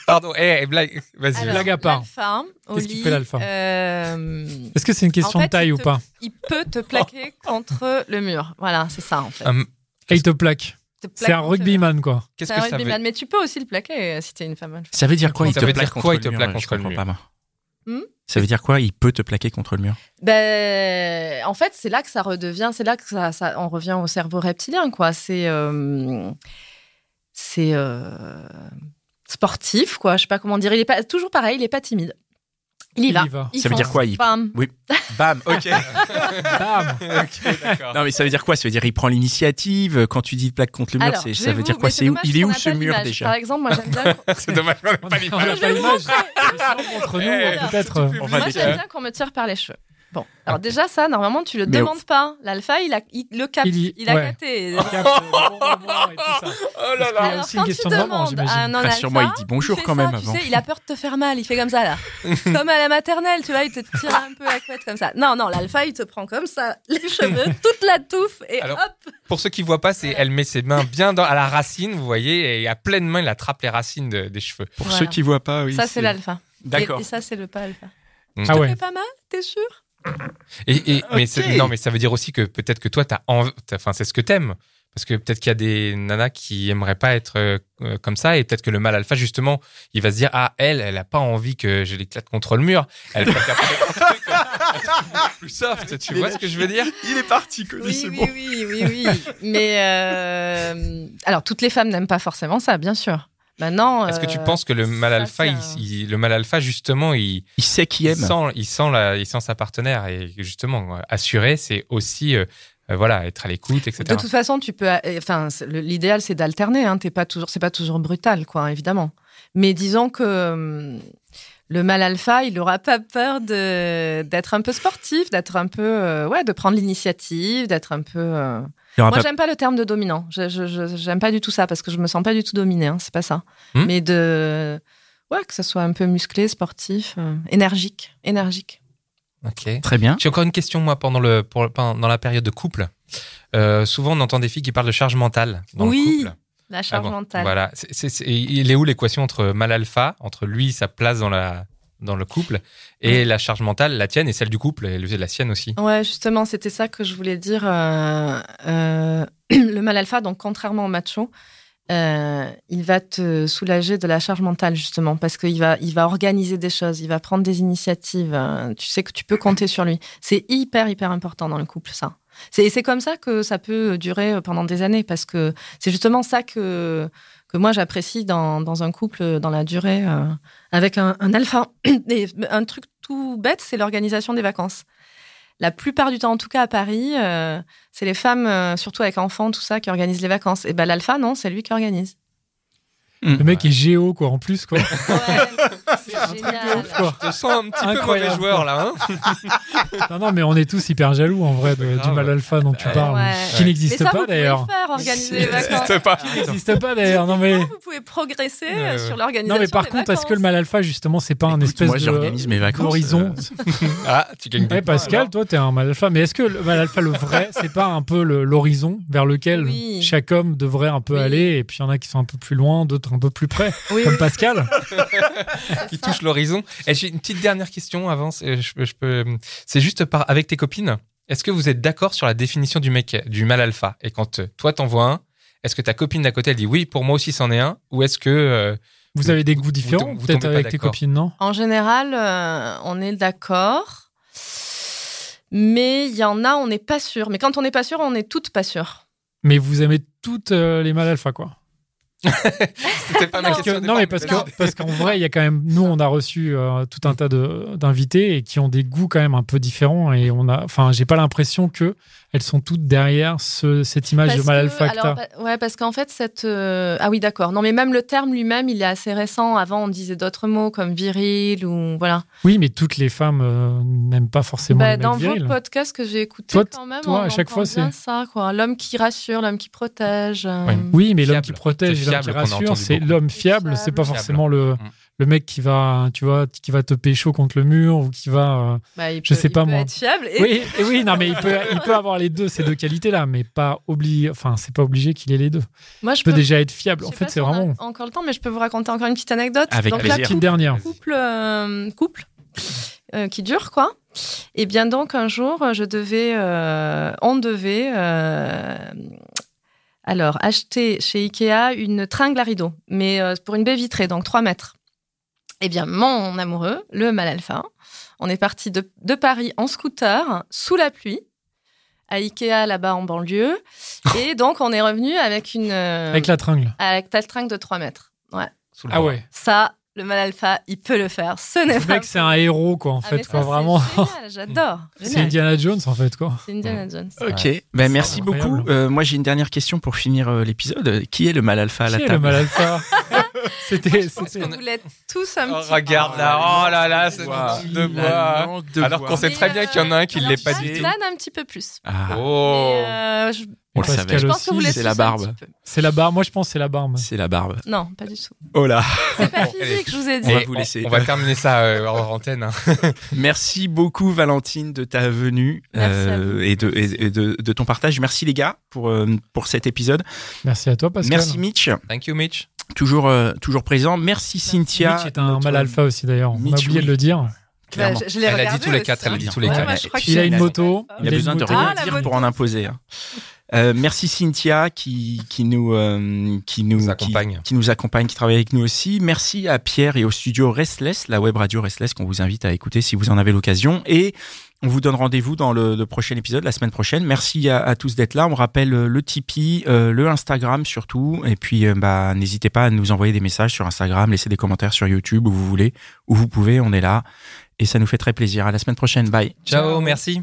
Speaker 2: Pardon. Eh, eh, blague. Vas-y.
Speaker 4: Alors,
Speaker 3: blague à part.
Speaker 4: l'alpha, au
Speaker 3: Qu'est-ce qui
Speaker 4: lit,
Speaker 3: fait l'alpha
Speaker 4: euh,
Speaker 3: Est-ce que c'est une question
Speaker 4: En fait,
Speaker 3: de taille
Speaker 4: il
Speaker 3: ou
Speaker 4: te-
Speaker 3: pas
Speaker 4: Il peut te plaquer
Speaker 3: Oh.
Speaker 4: contre le mur. Voilà, c'est ça, en fait.
Speaker 2: Hum,
Speaker 3: Et il te plaque. Ah,
Speaker 4: Te plaque euh,
Speaker 3: C'est un
Speaker 4: contre-
Speaker 3: rugbyman, quoi.
Speaker 2: Qu'est-ce
Speaker 4: C'est
Speaker 2: que
Speaker 4: un
Speaker 2: ça veut
Speaker 4: rugbyman, mais tu peux aussi le plaquer euh, si t'es une femme alpha.
Speaker 1: Ça veut dire quoi Il
Speaker 2: Ça
Speaker 1: te
Speaker 2: veut
Speaker 1: plaque
Speaker 2: dire quoi,
Speaker 1: contre
Speaker 2: il te
Speaker 1: le
Speaker 2: plaque
Speaker 1: mur Je
Speaker 2: contre le
Speaker 1: comprends
Speaker 2: mur
Speaker 1: pas, moi.
Speaker 4: Hmm
Speaker 1: Ça veut dire quoi Il peut te plaquer contre le mur.
Speaker 4: Ben, en fait, c'est là que ça redevient, c'est là que ça, ça- on revient au cerveau reptilien, quoi. C'est, euh, c'est euh, sportif, quoi. Je sais pas comment dire. Il est pas toujours pareil. Il est pas timide. Il y
Speaker 3: Il
Speaker 4: va.
Speaker 3: y va.
Speaker 1: Ça veut
Speaker 4: fonce.
Speaker 1: dire quoi, il-
Speaker 4: Bam.
Speaker 1: Bam, ok.
Speaker 3: Bam
Speaker 2: Ok, d'accord.
Speaker 1: non mais ça veut dire quoi Ça veut dire il prend l'initiative euh, quand tu dis plaque contre le mur,
Speaker 4: Alors,
Speaker 1: c'est-
Speaker 4: je
Speaker 1: ça
Speaker 4: vais
Speaker 1: veut
Speaker 4: vous-
Speaker 1: dire quoi
Speaker 4: mais
Speaker 1: C'est où
Speaker 4: dommage
Speaker 1: Il est où
Speaker 4: qu'on a
Speaker 1: ce
Speaker 4: pas
Speaker 1: mur
Speaker 4: l'image. Par
Speaker 1: déjà
Speaker 4: exemple, moi j'aime bien. qu'on-
Speaker 2: C'est dommage. on n'a pas
Speaker 3: On n'a
Speaker 4: Je
Speaker 3: pas
Speaker 4: vais vous
Speaker 3: l'image.
Speaker 4: montrer.
Speaker 3: Entre nous, euh,
Speaker 2: Eh,
Speaker 3: peut-être.
Speaker 1: On va
Speaker 4: Moi,
Speaker 1: décaler.
Speaker 4: j'aime bien qu'on me tire par les cheveux. Bon, alors déjà ça, normalement, tu le
Speaker 1: Mais-
Speaker 4: demandes pas. L'alpha, il a, il le capte,
Speaker 3: Il
Speaker 4: il,
Speaker 3: y-
Speaker 4: a
Speaker 3: ouais.
Speaker 4: capté.
Speaker 3: Capte le bon moment et tout ça.
Speaker 2: Oh là
Speaker 3: Il y a
Speaker 2: là.
Speaker 4: Alors,
Speaker 3: aussi Ah, une
Speaker 4: quand tu
Speaker 3: question de moment,
Speaker 4: demandes à un
Speaker 3: j'imagine.
Speaker 4: non-alpha,
Speaker 1: Rassure-moi, il dit bonjour
Speaker 4: fait
Speaker 1: quand
Speaker 4: ça,
Speaker 1: même
Speaker 4: Tu
Speaker 1: avant.
Speaker 4: sais, il a peur de te faire mal, il fait comme ça là. comme à la maternelle, tu vois, il te tire un peu la couette comme ça. Non, non, l'alpha, il te prend comme ça, les cheveux, toute la touffe et
Speaker 2: Alors-
Speaker 4: hop.
Speaker 2: Pour ceux qui voient pas, c'est elle met ses mains bien dans- à la racine, vous voyez, et à pleine main, elle attrape les racines de- des cheveux.
Speaker 1: Pour
Speaker 4: Voilà.
Speaker 1: ceux qui voient pas, oui.
Speaker 4: ça, c'est l'alpha. Et-
Speaker 1: D'accord.
Speaker 4: Et, ça, c'est le pas alpha.
Speaker 3: Ah
Speaker 4: C'est
Speaker 3: ouais.
Speaker 4: pas mal, t'es sûr
Speaker 2: Et, et- mais
Speaker 1: Ah, Ok.
Speaker 2: c'est- non, mais ça veut dire aussi que peut-être que toi, t'as envie, t'as- enfin, c'est ce que t'aimes. Parce que peut-être qu'il y a des nanas qui aimeraient pas être euh, euh, comme ça, et peut-être que le mâle alpha, justement, il va se dire Ah, elle, elle a pas envie que je l'éclate contre le mur. Elle préfère faire un truc, un truc plus soft, tu vois ce que je veux dire
Speaker 1: Il est parti,
Speaker 4: oui, oui, oui, oui, oui, Mais euh, alors, toutes les femmes n'aiment pas forcément ça, bien sûr. Maintenant,
Speaker 2: Est-ce que tu
Speaker 4: euh,
Speaker 2: penses que le mâle
Speaker 4: ça,
Speaker 2: alpha,
Speaker 4: c'est
Speaker 2: il-
Speaker 4: un-
Speaker 2: il- le mâle alpha, justement, il,
Speaker 1: Il sait qui aime.
Speaker 2: Il sent, il sent, la, il sent sa partenaire et justement, euh, assurer, c'est aussi euh, euh, voilà, être à l'écoute, etc.
Speaker 4: De toute façon, tu peux. euh, Enfin, c'est- le- l'idéal c'est d'alterner. Hein, t'es pas toujours, c'est pas toujours brutal, quoi, évidemment. Mais disons que hum, le mâle alpha, il n'aura pas peur de d'être un peu sportif, d'être un peu euh, ouais, de prendre l'initiative, d'être un peu. euh,
Speaker 1: Il y
Speaker 2: Ah,
Speaker 1: aura
Speaker 4: Moi,
Speaker 1: pas-
Speaker 4: j'aime pas le terme de dominant. Je je- je- j'aime pas du tout ça parce que je me sens pas du tout dominée. hein, c'est pas ça.
Speaker 2: Hmm.
Speaker 4: Mais de ouais, que ça soit un peu musclé, sportif, euh, énergique, énergique.
Speaker 2: Ok.
Speaker 1: Très bien.
Speaker 2: J'ai encore une question, moi, pendant, le, pour- pendant la période de couple. Euh, souvent, on entend des filles qui parlent de charge mentale dans
Speaker 4: Oui,
Speaker 2: le couple.
Speaker 4: La
Speaker 2: Ah
Speaker 4: charge
Speaker 2: bon,
Speaker 4: mentale.
Speaker 2: Voilà. C'est- c'est- c'est- il est où l'équation entre mal alpha, entre lui, sa place dans, la, dans le couple, et la charge mentale, la tienne et celle du couple, et le- la sienne aussi
Speaker 4: Ouais, justement, c'était ça que je voulais dire. euh, euh, le mal alpha, donc contrairement au macho, euh, il va te soulager de la charge mentale, justement, parce qu'il va, il va organiser des choses, il va prendre des initiatives. euh, tu sais que tu peux compter sur lui. C'est hyper, hyper important dans le couple, ça. C'est c'est comme ça que ça peut durer pendant des années, parce que c'est justement ça que, que moi j'apprécie dans, dans un couple, dans la durée, euh, avec un, un alpha. Et un truc tout bête, c'est l'organisation des vacances la plupart du temps, en tout cas à Paris, euh, c'est les femmes, euh, surtout avec enfants, tout ça, qui organisent les vacances. Et ben l'alpha, non, c'est lui qui organise.
Speaker 3: Le mec est géo, quoi, en plus, quoi.
Speaker 4: Ouais, c'est génial.
Speaker 3: quoi.
Speaker 2: Je te sens un petit peu
Speaker 3: Incroyable.
Speaker 2: mauvais joueur, là. hein
Speaker 3: Non, non, mais on est dont tu parles,
Speaker 2: pas grave.
Speaker 3: dont tu
Speaker 2: Ouais.
Speaker 3: parles.
Speaker 4: Ouais.
Speaker 3: Qui
Speaker 2: Ouais.
Speaker 4: Mais
Speaker 3: n'existe
Speaker 4: ça, vous
Speaker 3: pas,
Speaker 4: pouvez le
Speaker 3: d'ailleurs.
Speaker 4: faire, organiser les vacances.
Speaker 2: N'existe pas.
Speaker 3: Qui n'existe pas, d'ailleurs. Non, mais.
Speaker 4: Vous pouvez progresser
Speaker 2: Ouais,
Speaker 4: euh,
Speaker 2: ouais.
Speaker 4: sur l'organisation
Speaker 3: Non, mais par
Speaker 4: des
Speaker 3: contre, est-ce que le
Speaker 4: vacances.
Speaker 3: mal alpha, justement, c'est pas un
Speaker 1: Écoute,
Speaker 3: espèce
Speaker 1: moi,
Speaker 3: de-
Speaker 1: j'organise mes vacances.
Speaker 3: d'horizon
Speaker 1: euh,
Speaker 2: Ah, tu gagnes des
Speaker 3: Ouais,
Speaker 2: points,
Speaker 3: Eh, Pascal,
Speaker 2: alors.
Speaker 3: toi, t'es un mal alpha. Mais est-ce que le mal alpha, le vrai, c'est pas un peu le- l'horizon vers lequel
Speaker 4: Oui.
Speaker 3: chaque homme devrait un peu
Speaker 4: Oui.
Speaker 3: aller Et puis, il y en a qui sont un peu plus loin, d'autres un peu plus près.
Speaker 4: Oui,
Speaker 3: Comme Pascal.
Speaker 2: qui touche l'horizon. Et J'ai une petite dernière question avant. c'est- euh, je peux- je peux- C'est juste par, avec tes copines. Est-ce que vous êtes d'accord sur la définition du mec, du mal alpha Et quand euh, toi t'en vois un, est-ce que ta copine d'à côté elle dit oui pour moi aussi c'en est un Ou est-ce que euh,
Speaker 3: Vous avez des goûts différents,
Speaker 2: tom- vous
Speaker 3: peut-être
Speaker 2: tombez pas
Speaker 3: avec tes
Speaker 2: d'accord.
Speaker 3: copines, non
Speaker 4: En général, euh, on est d'accord. Mais il y en a, on n'est pas sûr. Mais quand on n'est pas sûr, on n'est toutes pas sûres.
Speaker 3: Mais vous aimez toutes euh, les mal alpha, quoi.
Speaker 2: c'était pas ma
Speaker 4: Non.
Speaker 3: Parce que-
Speaker 2: question au départ,
Speaker 3: non, mais parce
Speaker 2: non.
Speaker 3: que parce qu'en vrai, il y a quand même nous, on a reçu euh, tout un tas de d'invités et qui ont des goûts quand même un peu différents et on a, enfin, j'ai pas l'impression que elles sont toutes derrière ce, cette image de
Speaker 4: Parce
Speaker 3: Ah, mal
Speaker 4: que-
Speaker 3: alpha. que
Speaker 4: alors,
Speaker 3: t'as.
Speaker 4: pa- ouais, parce qu'en fait, cette. euh, Ah oui, d'accord. Non, mais même le terme lui-même, il est assez récent. Avant, on disait d'autres mots comme viril ou. Voilà.
Speaker 3: Oui, mais toutes les femmes euh, n'aiment pas forcément
Speaker 4: Bah,
Speaker 3: les mecs
Speaker 4: dans
Speaker 3: virils.
Speaker 4: vos podcasts que j'ai écoutés,
Speaker 3: Toi,
Speaker 4: quand même,
Speaker 3: toi,
Speaker 4: on
Speaker 3: à chaque
Speaker 4: entend
Speaker 3: fois,
Speaker 4: bien ça, quoi. L'homme qui rassure, l'homme qui protège. euh,
Speaker 2: Oui.
Speaker 3: Oui, mais l'homme
Speaker 2: Fiable.
Speaker 3: qui protège,
Speaker 2: C'est
Speaker 3: et l'homme qui
Speaker 2: fiable qu'on a
Speaker 3: rassure,
Speaker 2: entendu
Speaker 3: c'est
Speaker 2: beaucoup.
Speaker 3: l'homme fiable. C'est pas
Speaker 4: Fiable.
Speaker 3: forcément le
Speaker 2: Mm.
Speaker 3: le mec qui va, tu vois, qui va te pécho contre le mur ou qui va. euh,
Speaker 4: bah, il
Speaker 3: Je
Speaker 4: peut-
Speaker 3: sais
Speaker 4: il
Speaker 3: pas,
Speaker 4: peut
Speaker 3: moi.
Speaker 4: être fiable. Et...
Speaker 3: Oui, et oui, non, mais il peut, il peut avoir les deux, ces deux qualités-là, mais pas obligé. Enfin, c'est pas obligé qu'il ait les deux.
Speaker 4: Moi, je
Speaker 3: Il peut
Speaker 4: peux-
Speaker 3: déjà être
Speaker 4: je
Speaker 3: fiable. En
Speaker 4: sais
Speaker 3: fait,
Speaker 4: pas
Speaker 3: c'est
Speaker 4: si on a
Speaker 3: vraiment
Speaker 4: encore le temps, mais je peux vous raconter encore une petite anecdote.
Speaker 1: Avec
Speaker 4: Donc,
Speaker 3: la
Speaker 4: là,
Speaker 1: plaisir.
Speaker 3: petite dernière.
Speaker 4: couple, euh, couple euh, qui dure, quoi. Et bien donc, un jour, je devais, euh, on devait, euh, alors, acheter chez Ikea une tringle à rideau, mais euh, pour une baie vitrée, donc 3 mètres. Et bien, mon amoureux, le mal alpha, on est parti de, de Paris en scooter, sous la pluie, à Ikea, là-bas en banlieue. Et donc, on est revenu avec une... euh,
Speaker 3: Avec la tringle.
Speaker 4: avec ta tringle de 3 mètres. Ouais.
Speaker 2: Sous le
Speaker 3: Ah
Speaker 2: bras.
Speaker 3: ouais.
Speaker 4: Ça, le mal alpha, il peut le faire. Ce n'est
Speaker 3: Le
Speaker 4: pas
Speaker 3: mec, c'est un héros, quoi, en
Speaker 4: ah,
Speaker 3: fait.
Speaker 4: mais
Speaker 3: Quoi,
Speaker 4: ça, c'est
Speaker 3: vraiment.
Speaker 4: génial, J'adore.
Speaker 3: C'est
Speaker 4: Génial.
Speaker 3: Indiana Jones, en fait, quoi.
Speaker 4: C'est Indiana Jones.
Speaker 1: Ok,
Speaker 2: Ouais.
Speaker 1: ben, merci
Speaker 3: incroyable.
Speaker 1: beaucoup. Euh, moi j'ai une dernière question pour finir euh, l'épisode. Qui est le mal alpha à Ah, la
Speaker 3: Qui est
Speaker 1: table
Speaker 3: le mal alpha C'était. c'était-
Speaker 4: Vous voulez tous un
Speaker 2: Oh,
Speaker 4: petit.
Speaker 2: regarde là, oh là là, c'est une langue de
Speaker 1: La
Speaker 2: bois.
Speaker 1: langue de
Speaker 2: Alors
Speaker 1: bois.
Speaker 2: qu'on sait
Speaker 4: Ah, Mais, euh,
Speaker 2: très bien qu'il y en a un qui ne
Speaker 4: alors,
Speaker 2: l'est pas
Speaker 4: je
Speaker 2: du tout.
Speaker 4: donne un petit peu plus.
Speaker 1: Ah,
Speaker 2: Oh
Speaker 4: Mais, euh, je
Speaker 1: on le
Speaker 3: Pascal
Speaker 1: savait.
Speaker 4: je pense
Speaker 3: aussi,
Speaker 4: que vous voulez
Speaker 1: c'est
Speaker 4: tous
Speaker 1: la
Speaker 4: un
Speaker 1: barbe.
Speaker 4: petit peu.
Speaker 3: C'est la barbe. Moi, je pense que c'est la barbe.
Speaker 1: C'est la barbe.
Speaker 4: Non, pas du tout.
Speaker 1: Oh là.
Speaker 4: C'est pas
Speaker 2: allez.
Speaker 4: physique, je vous ai
Speaker 1: On
Speaker 4: dit.
Speaker 1: va
Speaker 2: Et
Speaker 1: vous laisser.
Speaker 2: euh, On, va terminer ça euh, hors antenne. hein.
Speaker 1: Merci beaucoup Valentine de ta venue euh,
Speaker 4: Merci à
Speaker 1: et, de, et- et de- de ton partage. Merci les gars pour, euh, pour cet épisode.
Speaker 3: Merci à toi, Pascal.
Speaker 1: Merci Mitch,
Speaker 2: Thank you, Mitch.
Speaker 1: toujours, euh, toujours présent. Merci Cynthia.
Speaker 3: Mitch est un
Speaker 1: notre-
Speaker 3: mal alpha aussi, d'ailleurs. On a
Speaker 1: Mitch,
Speaker 3: oublié
Speaker 1: oui.
Speaker 3: de le dire.
Speaker 1: clairement.
Speaker 4: Bah, je, je l'ai
Speaker 2: Elle a dit
Speaker 4: regardé
Speaker 2: tous les
Speaker 4: aussi,
Speaker 2: quatre, elle a
Speaker 4: hein.
Speaker 1: dit
Speaker 2: tous les quatre.
Speaker 4: moi, je crois
Speaker 1: Et
Speaker 4: que
Speaker 3: Il a
Speaker 4: c'est
Speaker 3: une moto.
Speaker 1: Il a
Speaker 3: une
Speaker 1: besoin de
Speaker 3: moto.
Speaker 1: rien
Speaker 4: Ah, la
Speaker 1: dire
Speaker 4: moto.
Speaker 1: pour en imposer. hein. Euh, merci Cynthia qui, qui nous euh, qui nous,
Speaker 2: Nous
Speaker 1: qui-
Speaker 2: accompagne.
Speaker 1: qui, nous accompagne, qui travaille avec nous aussi. Merci à Pierre et au studio Restless, la web radio Restless qu'on vous invite à écouter si vous en avez l'occasion. Et on vous donne rendez-vous dans le, le prochain épisode la semaine prochaine. Merci à, à tous d'être là. On rappelle euh, le Tipeee, euh, le Instagram surtout. Et puis euh, bah n'hésitez pas à nous envoyer des messages sur Instagram, laisser des commentaires sur YouTube où vous voulez, où vous pouvez. On est là et ça nous fait très plaisir. À la semaine prochaine. Bye.
Speaker 2: Ciao, merci.